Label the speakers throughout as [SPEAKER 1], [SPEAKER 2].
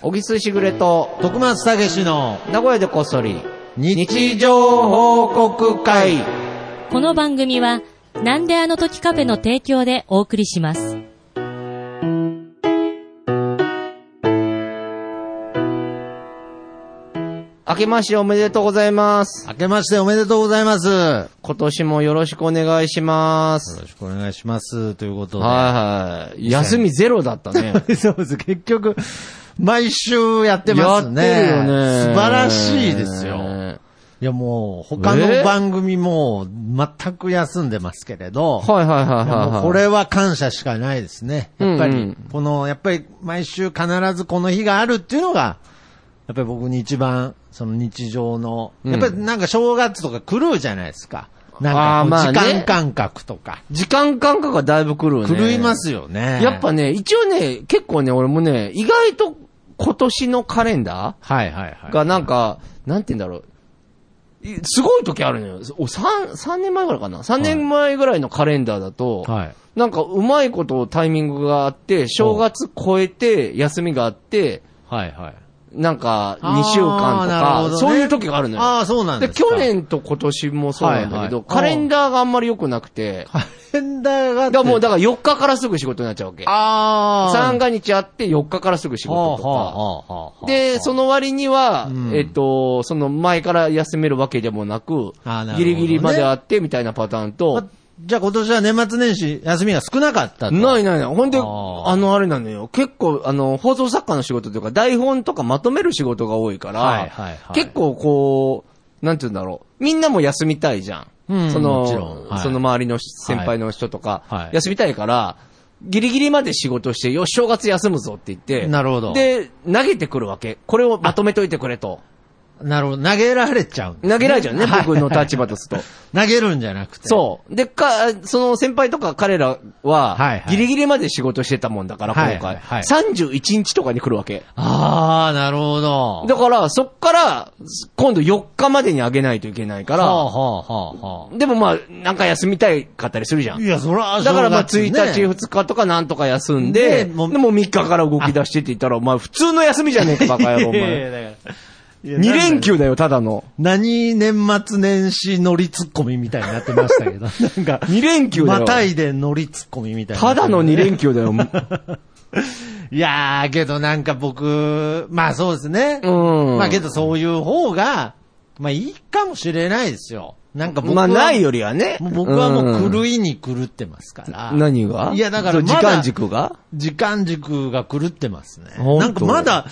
[SPEAKER 1] 小木すしぐれと、
[SPEAKER 2] 徳松たけしの
[SPEAKER 1] 名古屋でこっそり、
[SPEAKER 2] 日常報告会。
[SPEAKER 3] この番組は、なんであの時カフェの提供でお送りします。
[SPEAKER 1] 明けましておめでとうございます。
[SPEAKER 2] 明けましておめでとうございます。よ
[SPEAKER 1] 今年もよろしくお願いします。
[SPEAKER 2] ろしくお願いします。ということで。
[SPEAKER 1] はいはい。休みゼロだった ね。
[SPEAKER 2] そうです。結局、毎週やってますね。
[SPEAKER 1] やってるよね。
[SPEAKER 2] 素晴らしいですよ。いやもう、他
[SPEAKER 1] え
[SPEAKER 2] の番組も全く休んでますけれど。
[SPEAKER 1] はいはいはいはい
[SPEAKER 2] いや
[SPEAKER 1] は
[SPEAKER 2] も
[SPEAKER 1] い。
[SPEAKER 2] うこれは感謝しかないですね。やっぱ
[SPEAKER 1] うんう
[SPEAKER 2] り
[SPEAKER 1] ん、
[SPEAKER 2] この、やっぱり毎週必ずこの日があるっていうのが、やっぱり僕に一番、その日常の、
[SPEAKER 1] うん
[SPEAKER 2] やっぱりなんか正月とか狂うじゃないですか。な
[SPEAKER 1] あー
[SPEAKER 2] ん
[SPEAKER 1] ま
[SPEAKER 2] か
[SPEAKER 1] あ
[SPEAKER 2] こう
[SPEAKER 1] ね
[SPEAKER 2] 時間感覚とか。
[SPEAKER 1] 時間感覚がだいぶ狂うね。
[SPEAKER 2] 狂いま。すよね。
[SPEAKER 1] やっぱね、一応ね、結構ね、俺もね、意外と今年のカレンダ
[SPEAKER 2] はいはいは
[SPEAKER 1] ー
[SPEAKER 2] い。
[SPEAKER 1] がなんか、なんて言うんだろう。いすごい時あるのよ。お、三、三年前ぐらいかな。三年前ぐらいのカレンダーだと、
[SPEAKER 2] はい。
[SPEAKER 1] なんかうまいことタイミングがあって、正月超えて休みがあって、
[SPEAKER 2] はいはい。
[SPEAKER 1] なんか2週間と
[SPEAKER 2] あーなるほ
[SPEAKER 1] か、
[SPEAKER 2] どね
[SPEAKER 1] そういう時があるのよ。
[SPEAKER 2] ああ、そうなん
[SPEAKER 1] で、
[SPEAKER 2] ですか。
[SPEAKER 1] 去年と今年もそうなんだけど、
[SPEAKER 2] はいはい
[SPEAKER 1] カレンダーがあんまり良くなくて、
[SPEAKER 2] カレンダーがあっ
[SPEAKER 1] だから
[SPEAKER 2] て。
[SPEAKER 1] もうだから4日からすぐ仕事になっちゃうわけ。
[SPEAKER 2] ああ。
[SPEAKER 1] 三が日あって4日からすぐ仕事と
[SPEAKER 2] はあ
[SPEAKER 1] か。
[SPEAKER 2] はあはあはあ
[SPEAKER 1] で、その割には、
[SPEAKER 2] うん
[SPEAKER 1] えっと、その前から休めるわけでもなく、
[SPEAKER 2] あーなるほどね
[SPEAKER 1] ギリギリまであってみたいなパターンと、
[SPEAKER 2] あじゃあ今年は年末年始休みが少なかったと
[SPEAKER 1] ないないない。ほんで、
[SPEAKER 2] あ
[SPEAKER 1] あ
[SPEAKER 2] ー
[SPEAKER 1] の、あれなのよ。結構、あの、放送作家の仕事というか、台本とかまとめる仕事が多いから、
[SPEAKER 2] はいはいはい
[SPEAKER 1] 結構こう、なんて言うんだろう。みんなも休みたいじゃん。
[SPEAKER 2] うん
[SPEAKER 1] その、
[SPEAKER 2] もちろんはい
[SPEAKER 1] その周りの先輩の人とか、
[SPEAKER 2] はいはい
[SPEAKER 1] 休みたいから、ギリギリまで仕事して、よし、正月休むぞって言って、
[SPEAKER 2] なるほど
[SPEAKER 1] で、投げてくるわけ。これをまとめといてくれと。
[SPEAKER 2] なるほど。投げられちゃうんですね
[SPEAKER 1] 投げられちゃうね、僕の立場とする と。
[SPEAKER 2] 投げるんじゃなくて。
[SPEAKER 1] そう。で、か、その先輩とか彼らは、
[SPEAKER 2] はいはい
[SPEAKER 1] ギリギリまで仕事してたもんだから、今
[SPEAKER 2] はい
[SPEAKER 1] 回。
[SPEAKER 2] はいはい
[SPEAKER 1] 31日とかに来るわけ。
[SPEAKER 2] ああ、なるほど。
[SPEAKER 1] だから、そっから、今度4日までにあげないといけないか
[SPEAKER 2] はあ
[SPEAKER 1] ら、
[SPEAKER 2] はあはあは
[SPEAKER 1] でもまあ、なんか休みたいかったりするじゃ
[SPEAKER 2] あ。
[SPEAKER 1] ん。
[SPEAKER 2] いや、そら、
[SPEAKER 1] だからまあ、
[SPEAKER 2] 正
[SPEAKER 1] 1
[SPEAKER 2] 月
[SPEAKER 1] 日、
[SPEAKER 2] ね
[SPEAKER 1] 2日とかなんとか休んで、で
[SPEAKER 2] ねも
[SPEAKER 1] も
[SPEAKER 2] う
[SPEAKER 1] う3日から動き出してって言ったら、お前普通の休みじゃねえか、バカ野郎、お
[SPEAKER 2] いやいや
[SPEAKER 1] 前。
[SPEAKER 2] だからいや
[SPEAKER 1] 2連
[SPEAKER 2] なんだ
[SPEAKER 1] 休だよ、ただの。
[SPEAKER 2] 何年末年始乗りツッコミみたいになってました けど。なんか、
[SPEAKER 1] 2連休だ
[SPEAKER 2] また
[SPEAKER 1] よ。
[SPEAKER 2] いで乗りツッコミみたいな。
[SPEAKER 1] ただの2連休だ よ。
[SPEAKER 2] いやー、けどなんか僕、まあそうですね。
[SPEAKER 1] うん
[SPEAKER 2] まあけどそういう方が、まあいいかもしれないですよ。なんか僕
[SPEAKER 1] ま
[SPEAKER 2] は。
[SPEAKER 1] あ、ないよりはね。
[SPEAKER 2] もう僕はもうん狂いに狂ってますから。
[SPEAKER 1] 何が
[SPEAKER 2] いやだから
[SPEAKER 1] そう
[SPEAKER 2] ま
[SPEAKER 1] 時
[SPEAKER 2] だ
[SPEAKER 1] 間軸が
[SPEAKER 2] 時間軸が狂ってますね。
[SPEAKER 1] 本当
[SPEAKER 2] なんかまだ、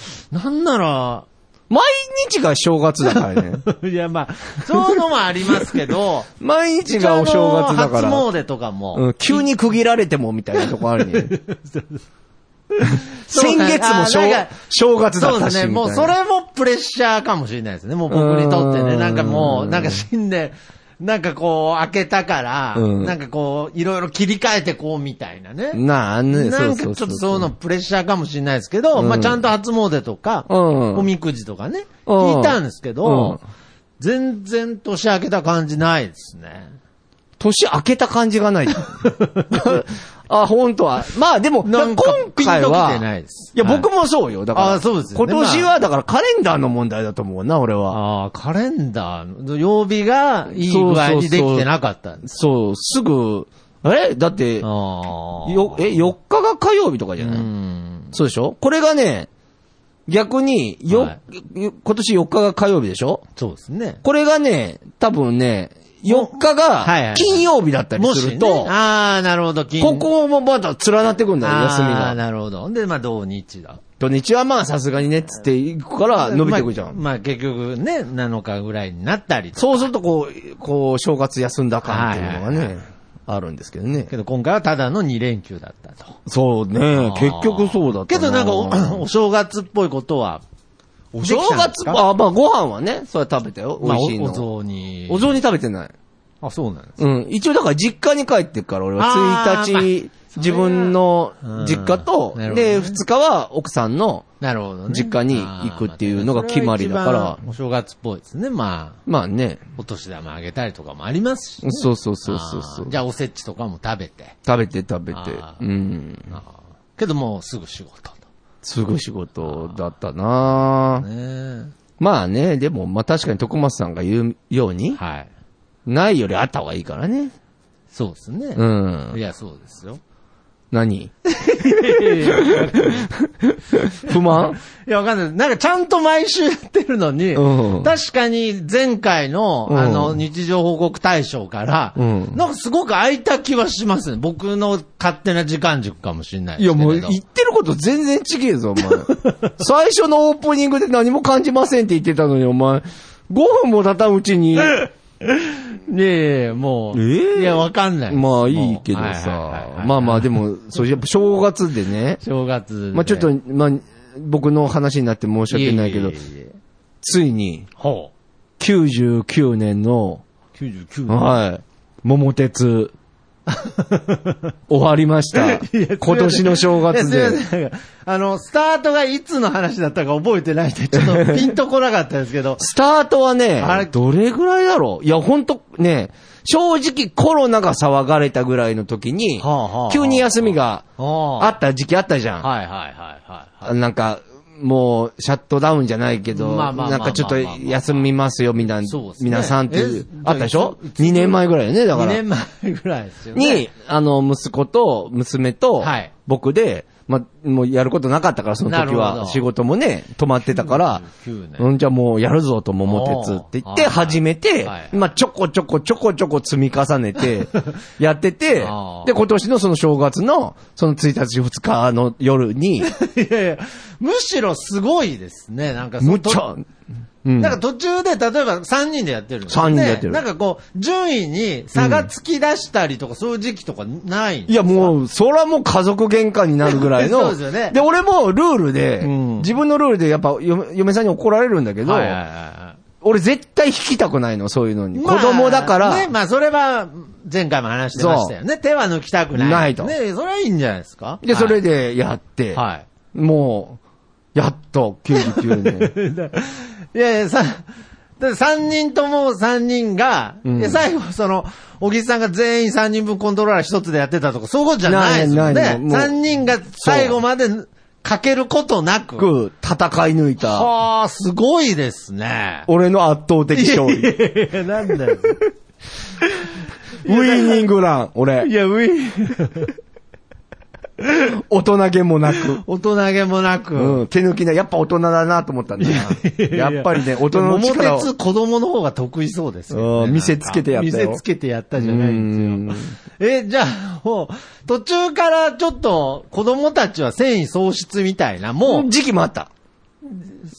[SPEAKER 2] なんなら、
[SPEAKER 1] 毎日が正月だからね。
[SPEAKER 2] いやまあ、そういうのもありますけど、
[SPEAKER 1] 毎日がお正月だか
[SPEAKER 2] 一応
[SPEAKER 1] ら。
[SPEAKER 2] 初詣とかも、
[SPEAKER 1] うん、急に区切られてもみたいなとこあるね。先月も
[SPEAKER 2] そう
[SPEAKER 1] 正
[SPEAKER 2] なんか
[SPEAKER 1] 正月だ
[SPEAKER 2] そう
[SPEAKER 1] った
[SPEAKER 2] で
[SPEAKER 1] し。
[SPEAKER 2] すね。もう
[SPEAKER 1] みた
[SPEAKER 2] そ
[SPEAKER 1] いな
[SPEAKER 2] れもプレッシャーかもしれないですね。もう僕にとって
[SPEAKER 1] う
[SPEAKER 2] ね。
[SPEAKER 1] ん
[SPEAKER 2] なんかもう、なんか新年、なんかこう、開けたから、
[SPEAKER 1] うん
[SPEAKER 2] なんかこう、いろいろ切り替えてこうみたいなね。
[SPEAKER 1] なあ、ね、
[SPEAKER 2] なんかち
[SPEAKER 1] そ
[SPEAKER 2] ょ
[SPEAKER 1] う
[SPEAKER 2] っ
[SPEAKER 1] そう
[SPEAKER 2] と
[SPEAKER 1] そ
[SPEAKER 2] そういうのプレッシャーかもしれないですけど、
[SPEAKER 1] うん
[SPEAKER 2] まあちゃんと初詣とか、
[SPEAKER 1] うん
[SPEAKER 2] おみくじとかね、
[SPEAKER 1] うん
[SPEAKER 2] 聞いたんですけど
[SPEAKER 1] う、
[SPEAKER 2] 全然年明けた感じないですね。
[SPEAKER 1] 年明けた感じが ない。あ、本当は。まあでも、
[SPEAKER 2] なんか
[SPEAKER 1] 今回
[SPEAKER 2] ピンと
[SPEAKER 1] は、
[SPEAKER 2] きてないです
[SPEAKER 1] や、
[SPEAKER 2] はい
[SPEAKER 1] 僕もそうよ。だから、
[SPEAKER 2] あそうですよね
[SPEAKER 1] 今年は、だからカレンダーの問題だと思うな、俺は。
[SPEAKER 2] ああ、カレンダーの曜日がいい具合にできてなかったんです。
[SPEAKER 1] そう、すぐ、あれだって、よ、
[SPEAKER 2] ああ。
[SPEAKER 1] え、4日が火曜日とかじゃない、
[SPEAKER 2] うん。
[SPEAKER 1] そうでしょこれがね、逆に、よ、
[SPEAKER 2] は
[SPEAKER 1] よ今年4日が火曜日でしょ
[SPEAKER 2] そうですね。
[SPEAKER 1] これがね、多分ね、4日
[SPEAKER 2] はいはいは
[SPEAKER 1] が
[SPEAKER 2] い
[SPEAKER 1] 金曜日だったりすると、
[SPEAKER 2] もしね、ああ、なるほど、金
[SPEAKER 1] ここもまだ連なってくんだよ、休み
[SPEAKER 2] あー
[SPEAKER 1] が。
[SPEAKER 2] なるほど。で、まあ、土日だ。
[SPEAKER 1] 土日はまあさすがにね、つって行くから伸びてくじゃん。
[SPEAKER 2] まあ、まあ結局ね、7日ぐらいになったりと。
[SPEAKER 1] そうするとこう、こう、正月休んだ感っていうのがね、
[SPEAKER 2] はいはい
[SPEAKER 1] あるんですけどね。
[SPEAKER 2] けど、今回はただの2連休だったと。
[SPEAKER 1] そうね、結局そうだった
[SPEAKER 2] けど、なんかお、お 正月っぽいことは、
[SPEAKER 1] お正
[SPEAKER 2] できたんです
[SPEAKER 1] 月、
[SPEAKER 2] か
[SPEAKER 1] あ、まあご飯はね、それは食べたよ。美
[SPEAKER 2] まあ、
[SPEAKER 1] 味しい
[SPEAKER 2] お
[SPEAKER 1] の。
[SPEAKER 2] お雑煮。
[SPEAKER 1] お雑煮食べてない。
[SPEAKER 2] あ、そうなんです。
[SPEAKER 1] うん。一応だから実家に帰ってっから、俺は
[SPEAKER 2] あー
[SPEAKER 1] 1日、自分の実家と、
[SPEAKER 2] うんなるほどね
[SPEAKER 1] で、2日は奥さんの、
[SPEAKER 2] なるほどね。
[SPEAKER 1] 実家に行くっていうのが決まりだから
[SPEAKER 2] あーまあそれは一番お正月っぽいですね。まあ、
[SPEAKER 1] まあね、
[SPEAKER 2] お年玉あげたりとかもありますしね、
[SPEAKER 1] そうそうそうそうそ
[SPEAKER 2] あ
[SPEAKER 1] う
[SPEAKER 2] ーじ。ゃあ、おせちとかも食べて。
[SPEAKER 1] 食べて食べて
[SPEAKER 2] あ。
[SPEAKER 1] う
[SPEAKER 2] ー
[SPEAKER 1] ん。
[SPEAKER 2] あーけど、もうすぐ仕事と。
[SPEAKER 1] すぐ仕事だったなぁ
[SPEAKER 2] ね
[SPEAKER 1] まあね、でも、まあ確かに徳松さんが言うよう
[SPEAKER 2] え
[SPEAKER 1] に、
[SPEAKER 2] はい。
[SPEAKER 1] ないよりあった方がいいからね。
[SPEAKER 2] そうですね。
[SPEAKER 1] うん。
[SPEAKER 2] いや、そうですよ。
[SPEAKER 1] 何不満
[SPEAKER 2] いや、わかんない。なんかちゃんと毎週やってるのに、
[SPEAKER 1] うん
[SPEAKER 2] 確かに前回の、
[SPEAKER 1] うん
[SPEAKER 2] あの、日常報告大賞から、
[SPEAKER 1] うん
[SPEAKER 2] なんかすごく空いた気はしますね。僕の勝手な時間軸かもしれない
[SPEAKER 1] い
[SPEAKER 2] です
[SPEAKER 1] や
[SPEAKER 2] けれ
[SPEAKER 1] も
[SPEAKER 2] ど。
[SPEAKER 1] う言ってること全然ちげえぞ、お前。 最初のオープニングで何も感じませんって言ってたのに、お前、5分も経たんうちに、
[SPEAKER 2] いやいやいやもう、
[SPEAKER 1] ええ
[SPEAKER 2] いや、わかんない。
[SPEAKER 1] まあいいけど
[SPEAKER 2] もうはいはいはいは
[SPEAKER 1] さ、
[SPEAKER 2] い
[SPEAKER 1] まあまあでも、そうやっぱ正月でね、
[SPEAKER 2] 正月で。
[SPEAKER 1] まあちょっと、まあ、僕の話になって申し訳ないけど
[SPEAKER 2] え、えいえいえ
[SPEAKER 1] ついに
[SPEAKER 2] ほ
[SPEAKER 1] 99年の、
[SPEAKER 2] う。99
[SPEAKER 1] はい。桃 鉄。終わりました。今年の正月
[SPEAKER 2] いやすい
[SPEAKER 1] で。
[SPEAKER 2] ま。せんなんかあの、スタートがいつの話だったか覚えてないんで、ちょっとピンとこなかったですけど
[SPEAKER 1] スタートはね
[SPEAKER 2] あれ、
[SPEAKER 1] どれぐらいだろういや、ほんとね、正直コロナが騒がれたぐらいの時に
[SPEAKER 2] はあはあは、あ
[SPEAKER 1] 急に休みが
[SPEAKER 2] あ
[SPEAKER 1] あった時期あったじゃ
[SPEAKER 2] はいはいはいはいはい。
[SPEAKER 1] ん。なんか、もう、シャットダウンじゃないけど、
[SPEAKER 2] まあまあまあまあ
[SPEAKER 1] なんかちょっと休みますよ、みんな
[SPEAKER 2] そうっ、すね
[SPEAKER 1] 皆さんっていう
[SPEAKER 2] え、
[SPEAKER 1] あったでしょ
[SPEAKER 2] いつ
[SPEAKER 1] ?2 年前ぐらいよね、だか
[SPEAKER 2] 2
[SPEAKER 1] ら。
[SPEAKER 2] 年前ぐらいですよね。
[SPEAKER 1] に、あの、息子と娘と
[SPEAKER 2] はい、
[SPEAKER 1] 僕で、まあ、もうやることなかったから、その
[SPEAKER 2] な
[SPEAKER 1] 時
[SPEAKER 2] るほど
[SPEAKER 1] は。仕事もね、止まってたから、
[SPEAKER 2] 99年
[SPEAKER 1] うん、じゃあもうやるぞと桃鉄って言って
[SPEAKER 2] おーはい
[SPEAKER 1] 始めて、
[SPEAKER 2] はい
[SPEAKER 1] まあちょこちょこちょこちょこ積み重ねて、 やってて
[SPEAKER 2] あ、ー
[SPEAKER 1] で、今年のその正月の、その1日2日の夜に、
[SPEAKER 2] いやいや、むしろすごいですね。なん かその
[SPEAKER 1] むっちゃ、うん
[SPEAKER 2] なんか途中で、例えば3人でやってるのね
[SPEAKER 1] 三人でやってる
[SPEAKER 2] なんかこう、順位に差がつき出したりとか、そういう時期とかないん
[SPEAKER 1] いやもう、そらもう家族喧嘩になるぐらいの。
[SPEAKER 2] そうですよね
[SPEAKER 1] で、俺もルールで、
[SPEAKER 2] うん
[SPEAKER 1] 自分のルールでやっぱ嫁嫁さんに怒られるんだけど、
[SPEAKER 2] はいはいはいは
[SPEAKER 1] 俺絶対引きたくないの、そういうのに。
[SPEAKER 2] いまあ
[SPEAKER 1] 子供だから、
[SPEAKER 2] ね、まあそれは前回も話してましたよね。手は抜きたくない。
[SPEAKER 1] ないと
[SPEAKER 2] ね、それはいいんじゃないですか
[SPEAKER 1] で、それでやって、
[SPEAKER 2] はい。
[SPEAKER 1] もう、やっと99年。
[SPEAKER 2] いやいや、さ、だ3人とも3人が、
[SPEAKER 1] うん
[SPEAKER 2] いや最後、その、小木さんが全員3人分コントローラー1つでやってたとか、そういうことじゃないですよね。
[SPEAKER 1] ないないもう
[SPEAKER 2] 3人が最後までかけることなく。
[SPEAKER 1] く戦い抜いた、
[SPEAKER 2] はあ、すごいですね。
[SPEAKER 1] 俺の圧倒的勝利。
[SPEAKER 2] いやいや、なんだ よ。
[SPEAKER 1] ウィーニングラン、俺。
[SPEAKER 2] や、ウィ
[SPEAKER 1] 大人げもなく。
[SPEAKER 2] 大人げもなく。
[SPEAKER 1] うん、手抜きな、やっぱ大人だなと思ったんだな。 やっぱりね、大人の力を
[SPEAKER 2] 桃。鉄子供の方が得意そうですけど、
[SPEAKER 1] う
[SPEAKER 2] ね。
[SPEAKER 1] ん見せつけてやったよ
[SPEAKER 2] なんか見せつけてやったじゃないんですよ。え、じゃあ、もう、途中からちょっと子供たちは戦意喪失みたいな、もう、
[SPEAKER 1] 時期もあった。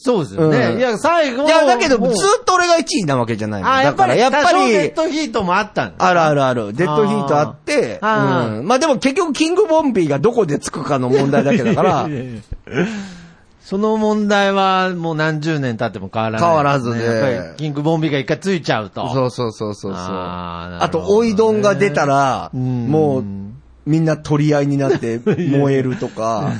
[SPEAKER 2] そうですよね。
[SPEAKER 1] うん
[SPEAKER 2] いや、最後
[SPEAKER 1] いや、だけど、
[SPEAKER 2] もう
[SPEAKER 1] ずっと俺が1位なわけじゃないもん
[SPEAKER 2] あ、や
[SPEAKER 1] だ
[SPEAKER 2] っぱ
[SPEAKER 1] から、
[SPEAKER 2] り、
[SPEAKER 1] やっぱ
[SPEAKER 2] 多少デ
[SPEAKER 1] り
[SPEAKER 2] ッ、ドヒートもあったんです
[SPEAKER 1] あるあるある、デッドヒートあって、
[SPEAKER 2] あーあー
[SPEAKER 1] うん。まあでも結局、キングボンビーがどこでつくかの問題だけだから
[SPEAKER 2] い、やいやいやその問題はもう何十年経っても変わらない、
[SPEAKER 1] 変わらずね
[SPEAKER 2] やっぱりキングボンビーが一回ついちゃうと。
[SPEAKER 1] そうそうそうそうそう。
[SPEAKER 2] あーな
[SPEAKER 1] あ
[SPEAKER 2] るほどね
[SPEAKER 1] と、おいどんが出たら、
[SPEAKER 2] ん
[SPEAKER 1] もう、みんな取り合いにな って燃えるとか。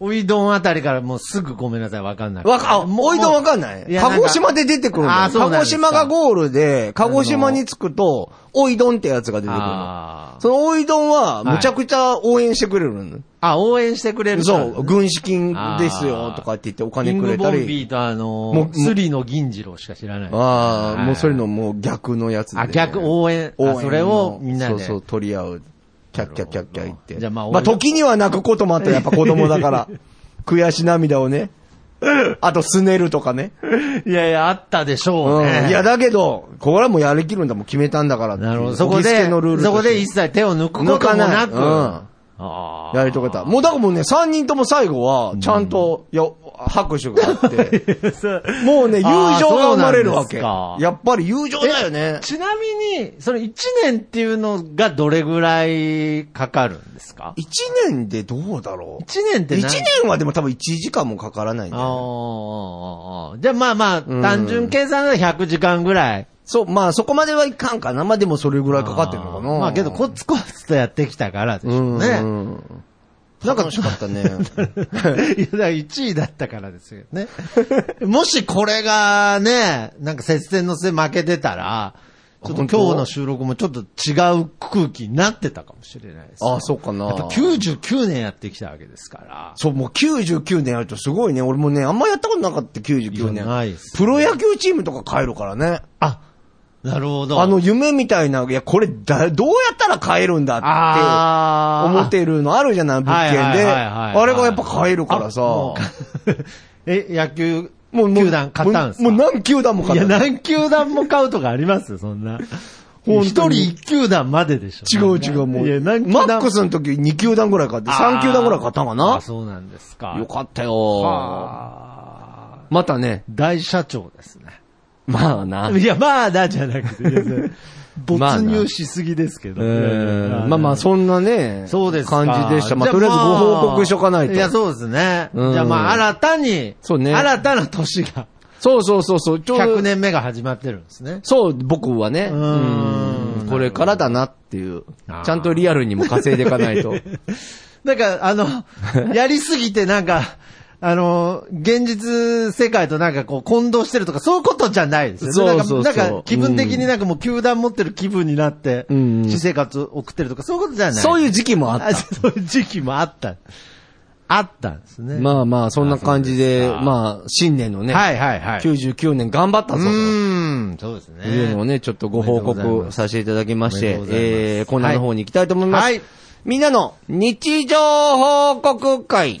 [SPEAKER 2] おいどんあたりからもうすぐごめんなさい、わかんない。
[SPEAKER 1] わか、あ、おいどんわかんない
[SPEAKER 2] いや
[SPEAKER 1] 鹿児島で出てくるんだ
[SPEAKER 2] あ
[SPEAKER 1] よ。
[SPEAKER 2] そうなん
[SPEAKER 1] 鹿
[SPEAKER 2] で
[SPEAKER 1] 児
[SPEAKER 2] すか
[SPEAKER 1] 島がゴールで、鹿児島に着くと、おいどんってやつが出てくるの。
[SPEAKER 2] あー
[SPEAKER 1] そのおいどんは、
[SPEAKER 2] はい
[SPEAKER 1] むちゃくちゃ応援してくれるの。
[SPEAKER 2] あ、応援してくれる人
[SPEAKER 1] そう、軍資金ですよ、とかって言ってお金くれた
[SPEAKER 2] キングボン
[SPEAKER 1] り。
[SPEAKER 2] ビーとあの
[SPEAKER 1] もう
[SPEAKER 2] ー、スリの銀次郎しか知らない。
[SPEAKER 1] ああ、
[SPEAKER 2] はい
[SPEAKER 1] もうそれのもう逆のやつで。
[SPEAKER 2] あ逆応援あ
[SPEAKER 1] 応援の
[SPEAKER 2] それをみんな
[SPEAKER 1] そ
[SPEAKER 2] で
[SPEAKER 1] うそう、取り合う。キャッキャッキャッキャ言って。
[SPEAKER 2] じゃあまあ
[SPEAKER 1] 時には泣くこともあったやっぱ子供だ から。悔し涙をね。あと、すねるとかね。
[SPEAKER 2] いやいや、あったでしょう
[SPEAKER 1] う
[SPEAKER 2] ね。
[SPEAKER 1] ん。いや、だけど、ここらもうやりきるんだもん、決めたんだからっていう。
[SPEAKER 2] なるほど。そこ
[SPEAKER 1] 小木
[SPEAKER 2] で、
[SPEAKER 1] 助のルールとして
[SPEAKER 2] そこで一切手を抜くこともなく、
[SPEAKER 1] 抜か
[SPEAKER 2] あ
[SPEAKER 1] うん。やり遂げた。もうだからもうね、3人とも最後は、ちゃんと、いや、拍手があって。
[SPEAKER 2] ー
[SPEAKER 1] もうね、友
[SPEAKER 2] あー
[SPEAKER 1] 情が生まれるわけ。
[SPEAKER 2] そうなんですか
[SPEAKER 1] やっぱり友情だよね。
[SPEAKER 2] ちなみに、その1年っていうのがどれぐらいかかるんですか
[SPEAKER 1] 1年でどうだろう
[SPEAKER 2] ?1 年って
[SPEAKER 1] 一
[SPEAKER 2] 何
[SPEAKER 1] 年はでも多分1時間もかからないんだよ
[SPEAKER 2] ああ、じゃあまあまあ、
[SPEAKER 1] うん
[SPEAKER 2] 単純計算で100時間ぐらい。
[SPEAKER 1] そう、まあそこまではいかんかな。まあでもそれぐらいかかってるのかな。
[SPEAKER 2] あーまあけど、コツコツとやってきたからでし
[SPEAKER 1] う
[SPEAKER 2] ょ
[SPEAKER 1] ん
[SPEAKER 2] う
[SPEAKER 1] ね
[SPEAKER 2] ね。。
[SPEAKER 1] なんか楽しかったね。
[SPEAKER 2] いや、だから1位だったからですよ ね。もしこれがね、なんか接戦の末負けてたら、ちょっと今日の収録もちょっと違う空気になってたかもしれないで す。
[SPEAKER 1] あ、そうかな。
[SPEAKER 2] やっぱ99年やってきたわけですから。
[SPEAKER 1] そう、もう99年やるとすごいね。俺もね、あんまやったことなかった、99
[SPEAKER 2] いや
[SPEAKER 1] 年。
[SPEAKER 2] ないっす
[SPEAKER 1] プロ野球チームとか変えるからね。
[SPEAKER 2] あ、なるほど。
[SPEAKER 1] あの、夢みたいな、いや、これだ、どうやったら変えるんだって
[SPEAKER 2] あー
[SPEAKER 1] 思ってるのあるじゃない、物
[SPEAKER 2] はいはい
[SPEAKER 1] 件
[SPEAKER 2] はい
[SPEAKER 1] で。
[SPEAKER 2] はいはい
[SPEAKER 1] あれがやっぱ変えるからさ。
[SPEAKER 2] あもう え、野球、
[SPEAKER 1] もう、もう
[SPEAKER 2] 球団買ったんですか
[SPEAKER 1] もうもう何球団も
[SPEAKER 2] い
[SPEAKER 1] 買
[SPEAKER 2] や、
[SPEAKER 1] った。
[SPEAKER 2] 何球団も買うとかありますそんな。
[SPEAKER 1] 当に
[SPEAKER 2] 一人一球団まででし
[SPEAKER 1] 違
[SPEAKER 2] ょ。
[SPEAKER 1] う違う、も
[SPEAKER 2] いや、
[SPEAKER 1] う。
[SPEAKER 2] 何球
[SPEAKER 1] マ
[SPEAKER 2] 団
[SPEAKER 1] ックスの時2球団ぐらい買って、3球団ぐらい買ったんか
[SPEAKER 2] あ
[SPEAKER 1] な。
[SPEAKER 2] そうなんですか。
[SPEAKER 1] よかった
[SPEAKER 2] は
[SPEAKER 1] よ。
[SPEAKER 2] あ
[SPEAKER 1] またね、
[SPEAKER 2] 大社長ですね。
[SPEAKER 1] まあな。
[SPEAKER 2] いや、まあな、じゃなくて、別 に
[SPEAKER 1] まあ
[SPEAKER 2] 没
[SPEAKER 1] な
[SPEAKER 2] 入しすぎですけど。
[SPEAKER 1] うんまあまあ、そんなね、
[SPEAKER 2] そうですか
[SPEAKER 1] 感じでした。まあ、
[SPEAKER 2] じゃ
[SPEAKER 1] とりあえずご報告しとかないと。
[SPEAKER 2] いや、そうですね。
[SPEAKER 1] うん
[SPEAKER 2] じゃあまあ、新たに、
[SPEAKER 1] そうね
[SPEAKER 2] 新たな年が、
[SPEAKER 1] そうそうそうそう、ちょうど
[SPEAKER 2] 100年目が始まってるんですね。
[SPEAKER 1] そう、僕はね、
[SPEAKER 2] うーん
[SPEAKER 1] うんこれからだなっていう
[SPEAKER 2] あー、
[SPEAKER 1] ちゃんとリアルにも稼いでいかない と。
[SPEAKER 2] なんか、あの、やりすぎてなんか、あの、現実世界となんかこう混同してるとか、そういうことじゃないですよね。
[SPEAKER 1] そうそうそう
[SPEAKER 2] なんかなんか気分的
[SPEAKER 1] う
[SPEAKER 2] に
[SPEAKER 1] ん
[SPEAKER 2] なんかもう球団持ってる気分になって、
[SPEAKER 1] うん
[SPEAKER 2] 私生活を送ってるとか、そういうことじゃない。
[SPEAKER 1] そう
[SPEAKER 2] う
[SPEAKER 1] いう時期もあっ
[SPEAKER 2] あ
[SPEAKER 1] た。
[SPEAKER 2] そういう時期もあった。あったんですね。
[SPEAKER 1] まあまあ、そんな感じで、
[SPEAKER 2] あそうですか
[SPEAKER 1] まあ、新年のね、
[SPEAKER 2] はいはいはい。
[SPEAKER 1] 99年頑張った
[SPEAKER 2] う
[SPEAKER 1] ぞと。
[SPEAKER 2] ーん、そうですね。
[SPEAKER 1] いうのをね、ちょっとご報
[SPEAKER 2] おめでとうございま
[SPEAKER 1] 告
[SPEAKER 2] す
[SPEAKER 1] させていただきまして
[SPEAKER 2] おめでとうございます
[SPEAKER 1] えー、コーナーの方に行きたいと思います。
[SPEAKER 2] はい
[SPEAKER 1] みんなの日常報告会。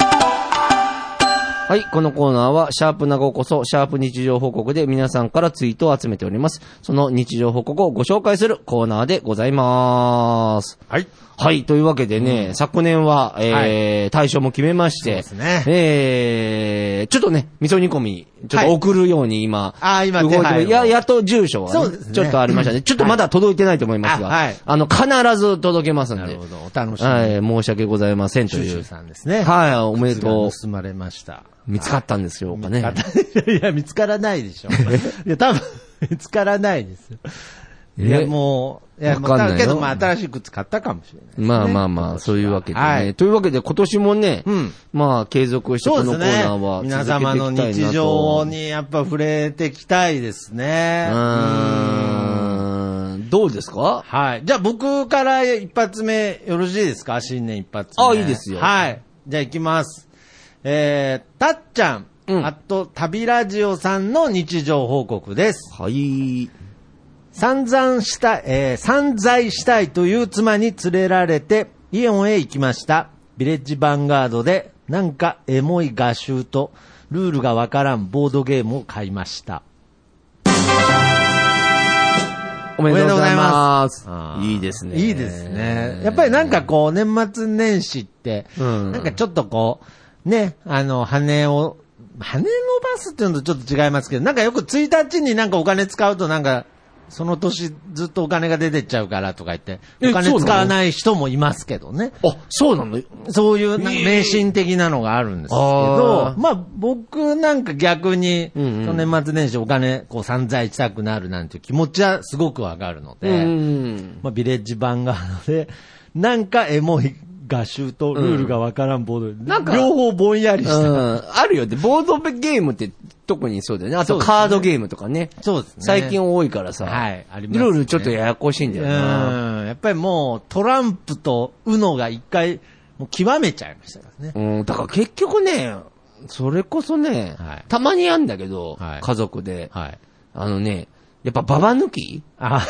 [SPEAKER 1] はい、このコーナーは、シャープなごこそ、シャープ日常報告で皆さんからツイートを集めております。その日常報告をご紹介するコーナーでございます。
[SPEAKER 2] はい。
[SPEAKER 1] はい、というわけでね、昨年は、えー対象も決めまし
[SPEAKER 2] そう
[SPEAKER 1] て、
[SPEAKER 2] ですね
[SPEAKER 1] えー、ちょっとね、味噌煮込み、ちょっ
[SPEAKER 2] はい
[SPEAKER 1] と送るように今、
[SPEAKER 2] あー今
[SPEAKER 1] 動いて
[SPEAKER 2] 手配を
[SPEAKER 1] いや、やっと住所は、
[SPEAKER 2] そうですね
[SPEAKER 1] ちょっとありました ね。ちょっとまだ届いてないと思いますが、
[SPEAKER 2] あはい
[SPEAKER 1] あの、必ず届けますんで、
[SPEAKER 2] なるほど。お楽しみに。
[SPEAKER 1] はい、申し訳ございませんと
[SPEAKER 2] シュ
[SPEAKER 1] い
[SPEAKER 2] シュ
[SPEAKER 1] う。
[SPEAKER 2] さんですね。
[SPEAKER 1] はい、おめで
[SPEAKER 2] 靴が
[SPEAKER 1] と
[SPEAKER 2] 盗まれました。
[SPEAKER 1] う。見つかったんですよ、かね。
[SPEAKER 2] いや、見つからないでし ょ。いや、多分、見つからないですよ。いや、
[SPEAKER 1] え
[SPEAKER 2] もう、いや、
[SPEAKER 1] わ
[SPEAKER 2] ま
[SPEAKER 1] かんない
[SPEAKER 2] あ、
[SPEAKER 1] よ
[SPEAKER 2] けど、まあ、新しい靴買ったかもしれな
[SPEAKER 1] ま
[SPEAKER 2] い。
[SPEAKER 1] あまあまあ、そういうわけでね。
[SPEAKER 2] はい
[SPEAKER 1] というわけで今年もね、
[SPEAKER 2] うん
[SPEAKER 1] まあ継続して
[SPEAKER 2] そ
[SPEAKER 1] こ
[SPEAKER 2] うで
[SPEAKER 1] のコ
[SPEAKER 2] す
[SPEAKER 1] ーナー
[SPEAKER 2] ね
[SPEAKER 1] は。続けていきたいな
[SPEAKER 2] 皆
[SPEAKER 1] と。
[SPEAKER 2] 様の日常にやっぱ触れてきたいですね。
[SPEAKER 1] うーんどうですか
[SPEAKER 2] はい。じゃあ僕から一発目よろしいですか新年一発目。
[SPEAKER 1] あいいですよ
[SPEAKER 2] はい。じゃあ行きます。えー、たっちゃん、
[SPEAKER 1] うん
[SPEAKER 2] あと、旅ラジオさんの日常報告です。
[SPEAKER 1] はい。
[SPEAKER 2] 散々したい、えー、散財したいという妻に連れられて、イオンへ行きました。ビレッジヴァンガードで、なんかエモい画集と、ルールがわからんボードゲームを買いました。
[SPEAKER 1] おめでとうございます
[SPEAKER 2] あ。ー
[SPEAKER 1] いいですね。
[SPEAKER 2] いいですね。やっぱりなんかこう、年末年始って、
[SPEAKER 1] うん
[SPEAKER 2] なんかちょっとこう、ね、あの、羽を、羽伸ばすっていうのとちょっと違いますけど、なんかよく1日になんかお金使うとなんか、その年ずっとお金が出てっちゃうからとか言って、
[SPEAKER 1] え
[SPEAKER 2] お金
[SPEAKER 1] そうなの
[SPEAKER 2] 使わない人もいますけどね。
[SPEAKER 1] あ、そうなの
[SPEAKER 2] そういうなんか迷信的なのがあるんですけ
[SPEAKER 1] あ
[SPEAKER 2] ど
[SPEAKER 1] ー、
[SPEAKER 2] まあ僕なんか逆に、
[SPEAKER 1] うんうん
[SPEAKER 2] その年末年始お金こう散財したくなるなんていう気持ちはすごくわかるので、
[SPEAKER 1] うん。
[SPEAKER 2] まあ、ビレッジ版があるので、なんかエモい画集とルールがわからんボード、
[SPEAKER 1] なんか
[SPEAKER 2] 両方ぼんやりして、
[SPEAKER 1] あるよね。ボードゲームって特にそうだよね。あ
[SPEAKER 2] そう
[SPEAKER 1] と
[SPEAKER 2] ですね
[SPEAKER 1] カードゲームとかね。
[SPEAKER 2] そうですね
[SPEAKER 1] 最近多いからさ。
[SPEAKER 2] はいありますね
[SPEAKER 1] ルールちょっとややこしいんだ
[SPEAKER 2] う
[SPEAKER 1] よな。
[SPEAKER 2] ん、やっぱりもうトランプとウノが一回もう極めちゃいましたからね。
[SPEAKER 1] うん。だから結局ね、それこそね
[SPEAKER 2] はい、
[SPEAKER 1] たまにやんだけど
[SPEAKER 2] はい、
[SPEAKER 1] 家族で。
[SPEAKER 2] はい。
[SPEAKER 1] あのね、やっぱババ抜き
[SPEAKER 2] あ、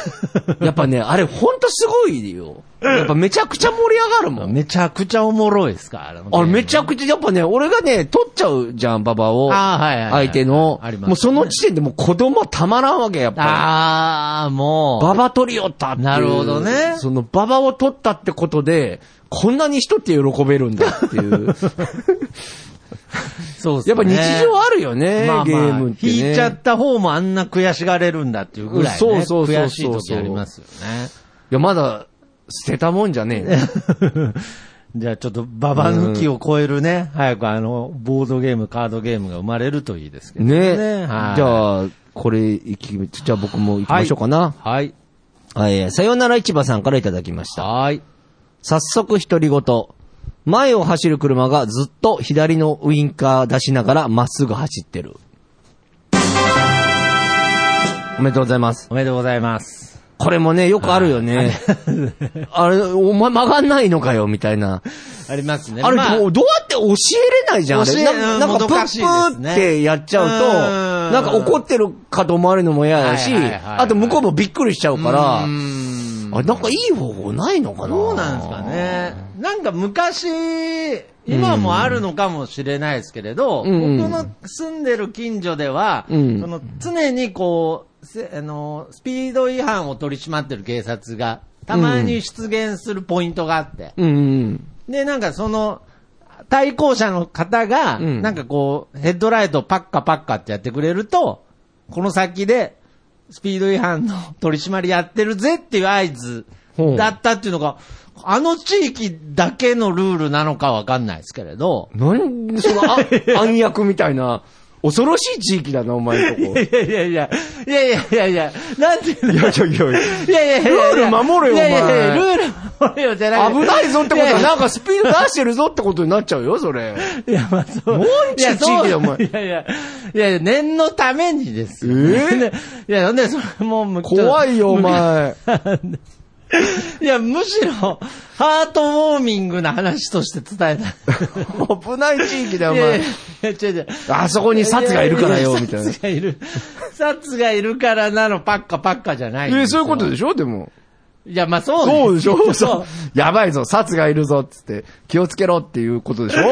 [SPEAKER 1] やっぱね、あれほんとすごいよ。やっぱめちゃくちゃ盛り上がるも ん。
[SPEAKER 2] めちゃくちゃおもろいですかあれ
[SPEAKER 1] あれめち
[SPEAKER 2] ゃ
[SPEAKER 1] ゃくちゃ、やっぱね、俺がね、取っちゃうじゃん、ババを。
[SPEAKER 2] あーはいはいはい
[SPEAKER 1] 相手の
[SPEAKER 2] あり。ますね
[SPEAKER 1] もうその時点でもう子供はたまらんわけ、やっぱ
[SPEAKER 2] あー、
[SPEAKER 1] り。
[SPEAKER 2] も
[SPEAKER 1] ババ取りよったっていう。
[SPEAKER 2] なるほどね
[SPEAKER 1] そのババを取ったってことで、こんなに人って喜べるんだっていう。
[SPEAKER 2] う、そうっす
[SPEAKER 1] やっぱ日常
[SPEAKER 2] あ
[SPEAKER 1] あるよね、
[SPEAKER 2] まあまあ、
[SPEAKER 1] ゲームって、ね。
[SPEAKER 2] 引いちゃった方もあんな悔しがれるんだっていうぐらい、ね、
[SPEAKER 1] そうそうそうそう
[SPEAKER 2] 悔しい時ありますよね。
[SPEAKER 1] いや、まだ捨てたもんじゃねえな。
[SPEAKER 2] じゃあちょっとババ抜きを超えるね、早くあの、ボードゲーム、カードゲームが生まれるといいですけどね。
[SPEAKER 1] ね。
[SPEAKER 2] はい、
[SPEAKER 1] じゃあ、これ、行き、じゃあ僕も行きましょうかな。
[SPEAKER 2] はい。
[SPEAKER 1] えーさよなら市場さんからいただきました。
[SPEAKER 2] はい。
[SPEAKER 1] 早速独り言。前を走る車がずっと左のウインカー出しながらまっすぐ走ってる。おめでとうございます。
[SPEAKER 2] おめでとうございます。
[SPEAKER 1] これもね、よくあるよね。あれ、お前曲がんないのかよ、みたいな。
[SPEAKER 2] ありますね。
[SPEAKER 1] あれ、
[SPEAKER 2] ま
[SPEAKER 1] どうどうやって教えれないじゃん、あれ。
[SPEAKER 2] 教え
[SPEAKER 1] ななん
[SPEAKER 2] も
[SPEAKER 1] か、
[SPEAKER 2] ど
[SPEAKER 1] プ
[SPEAKER 2] かしいです
[SPEAKER 1] ッ
[SPEAKER 2] ね
[SPEAKER 1] プーってやっちゃう
[SPEAKER 2] うん
[SPEAKER 1] と、なんか怒ってるかと思われるのも嫌だし、
[SPEAKER 2] はいはいはいはい
[SPEAKER 1] あと向こうもびっくりしちゃうから、あ
[SPEAKER 2] う
[SPEAKER 1] れ、
[SPEAKER 2] ーん
[SPEAKER 1] なんかいい方法ないのかな
[SPEAKER 2] どうなんですか。ね。なんか昔、今もあるのかもしれないですけれど、
[SPEAKER 1] うん
[SPEAKER 2] 僕の住んでる近所では、
[SPEAKER 1] うん
[SPEAKER 2] その常にこうせあの、スピード違反を取り締まってる警察が、たまに出現するポイントがあって、
[SPEAKER 1] うんうん。
[SPEAKER 2] で、なんかその、対向車の方が、
[SPEAKER 1] うん
[SPEAKER 2] なんかこう、ヘッドライトをパッカパッカってやってくれると、この先で、スピード違反の取り締まりやってるぜっていう合図
[SPEAKER 1] ほう
[SPEAKER 2] だったっていうのが、あの地域だけのルールなのかわかんないですけれど、
[SPEAKER 1] なんその、あ 暗躍みたいな、恐ろしい地域だな、お前のとこ。
[SPEAKER 2] いやいやいや、いやいやいやいや、なんで、いやい
[SPEAKER 1] いやいやいやいや
[SPEAKER 2] やいやいや
[SPEAKER 1] ルール守れよ
[SPEAKER 2] いやいやい
[SPEAKER 1] お
[SPEAKER 2] や
[SPEAKER 1] 前
[SPEAKER 2] ルール守れよじゃなくて
[SPEAKER 1] 危ないぞってこと
[SPEAKER 2] いや
[SPEAKER 1] は、
[SPEAKER 2] いや
[SPEAKER 1] なんかスピード出してるぞってことになっちゃうよ、そ れ。
[SPEAKER 2] いや、まあそう。
[SPEAKER 1] もう一度地域だお前
[SPEAKER 2] いやいや、いやいや、念のためにですよ。
[SPEAKER 1] ええ
[SPEAKER 2] ねいや、なんで、それもうむ、
[SPEAKER 1] 怖いよ、お
[SPEAKER 2] む。
[SPEAKER 1] 前。
[SPEAKER 2] いや、むしろ、ハートウォーミングな話として伝え
[SPEAKER 1] 危ない地域だ
[SPEAKER 2] た。
[SPEAKER 1] よ、お
[SPEAKER 2] いやい
[SPEAKER 1] 前
[SPEAKER 2] や。、違う違う。
[SPEAKER 1] あそこに札がいるからよ、みたいな。
[SPEAKER 2] サツがいる。サツがいるからなの、パッカパッカじゃないん
[SPEAKER 1] え
[SPEAKER 2] で
[SPEAKER 1] ー
[SPEAKER 2] す
[SPEAKER 1] そうい
[SPEAKER 2] よ。
[SPEAKER 1] うことでしょでも。
[SPEAKER 2] いや、まあそう
[SPEAKER 1] そうでしょ
[SPEAKER 2] そ
[SPEAKER 1] そう
[SPEAKER 2] う。。
[SPEAKER 1] やばいぞ、札がいるぞ、つって。気をつけろっていうことでしょ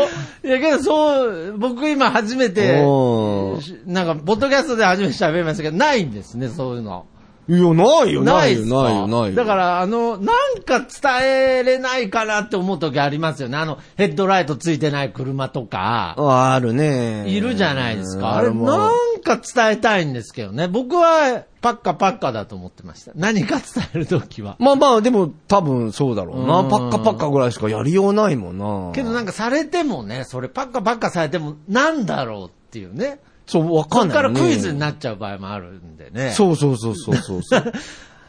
[SPEAKER 2] いや、けどそう、僕今初めて、
[SPEAKER 1] うん
[SPEAKER 2] しなんか、ポッドキャストで初めて喋りましたけど、ないんですね、そういうの。
[SPEAKER 1] いや、ないよ、ないよ、
[SPEAKER 2] っすか
[SPEAKER 1] ないよ、ないよ。
[SPEAKER 2] だか、ら、あの、なんか伝えれないかなって思う時ありますよね。あの、ヘッドライトついてない車とか、
[SPEAKER 1] ああるね。
[SPEAKER 2] いるじゃないです
[SPEAKER 1] うん
[SPEAKER 2] か。あれ、
[SPEAKER 1] も
[SPEAKER 2] なんか伝えたいんですけどね。僕は、パッカパッカだと思ってました。何か伝える時は。
[SPEAKER 1] まあまあ、でも多分そうだろうな。
[SPEAKER 2] うん
[SPEAKER 1] パッカパッカぐらいしかやりようないもんな。
[SPEAKER 2] けどなんかされてもね、それパッカパッカされても、なんだろうっていうね。
[SPEAKER 1] そう、わ
[SPEAKER 2] こ
[SPEAKER 1] か
[SPEAKER 2] っ
[SPEAKER 1] んない、
[SPEAKER 2] からクイズになっちゃう場合もあるんでね。
[SPEAKER 1] そうそうそうそうそうそう。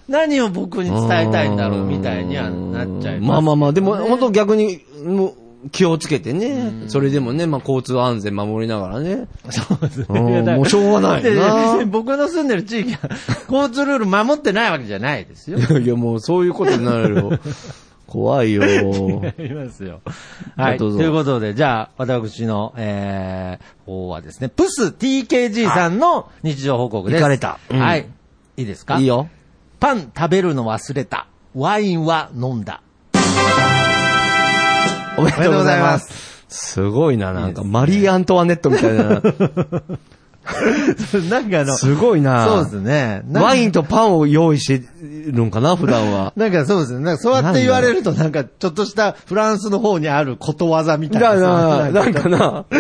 [SPEAKER 2] 何を僕に伝えたいんだろうみたいにはなっちゃいます、
[SPEAKER 1] まあまあまあ、でも本当逆に、もう、気をつけてね。それでもね、まあ交通安全守りながらね。
[SPEAKER 2] そうです
[SPEAKER 1] うん
[SPEAKER 2] ね。いやだから
[SPEAKER 1] もうしょうがないよな
[SPEAKER 2] やや別に僕の住んでる地域は、交通ルール守ってないわけじゃないですよ
[SPEAKER 1] い。やいや、もうそういうことになるよ。怖いよ。
[SPEAKER 2] やりますよ。はい。
[SPEAKER 1] ど
[SPEAKER 2] と
[SPEAKER 1] うぞ
[SPEAKER 2] いうことで、じゃあ、私の、えー、方はですね、プス TKG さんの日常報告です。
[SPEAKER 1] 行かれたうん
[SPEAKER 2] はい。いいですか
[SPEAKER 1] いい。よ。
[SPEAKER 2] パン食べるの忘れた。ワインは飲んだ。
[SPEAKER 1] おめでとうございま。
[SPEAKER 2] おめでとうございます
[SPEAKER 1] すごいな、なんか、マリー・アントワネットみたいな。
[SPEAKER 2] なんかあの、
[SPEAKER 1] すごいな。
[SPEAKER 2] そうですね。なんか
[SPEAKER 1] ワインとパンを用意してるんかな、普段は。
[SPEAKER 2] なんかそうですね。なんかそうやって言われると、なんかちょっとしたフランスの方にあることわざみ たい
[SPEAKER 1] だ
[SPEAKER 2] な
[SPEAKER 1] よ
[SPEAKER 2] さ。
[SPEAKER 1] な、なんかな。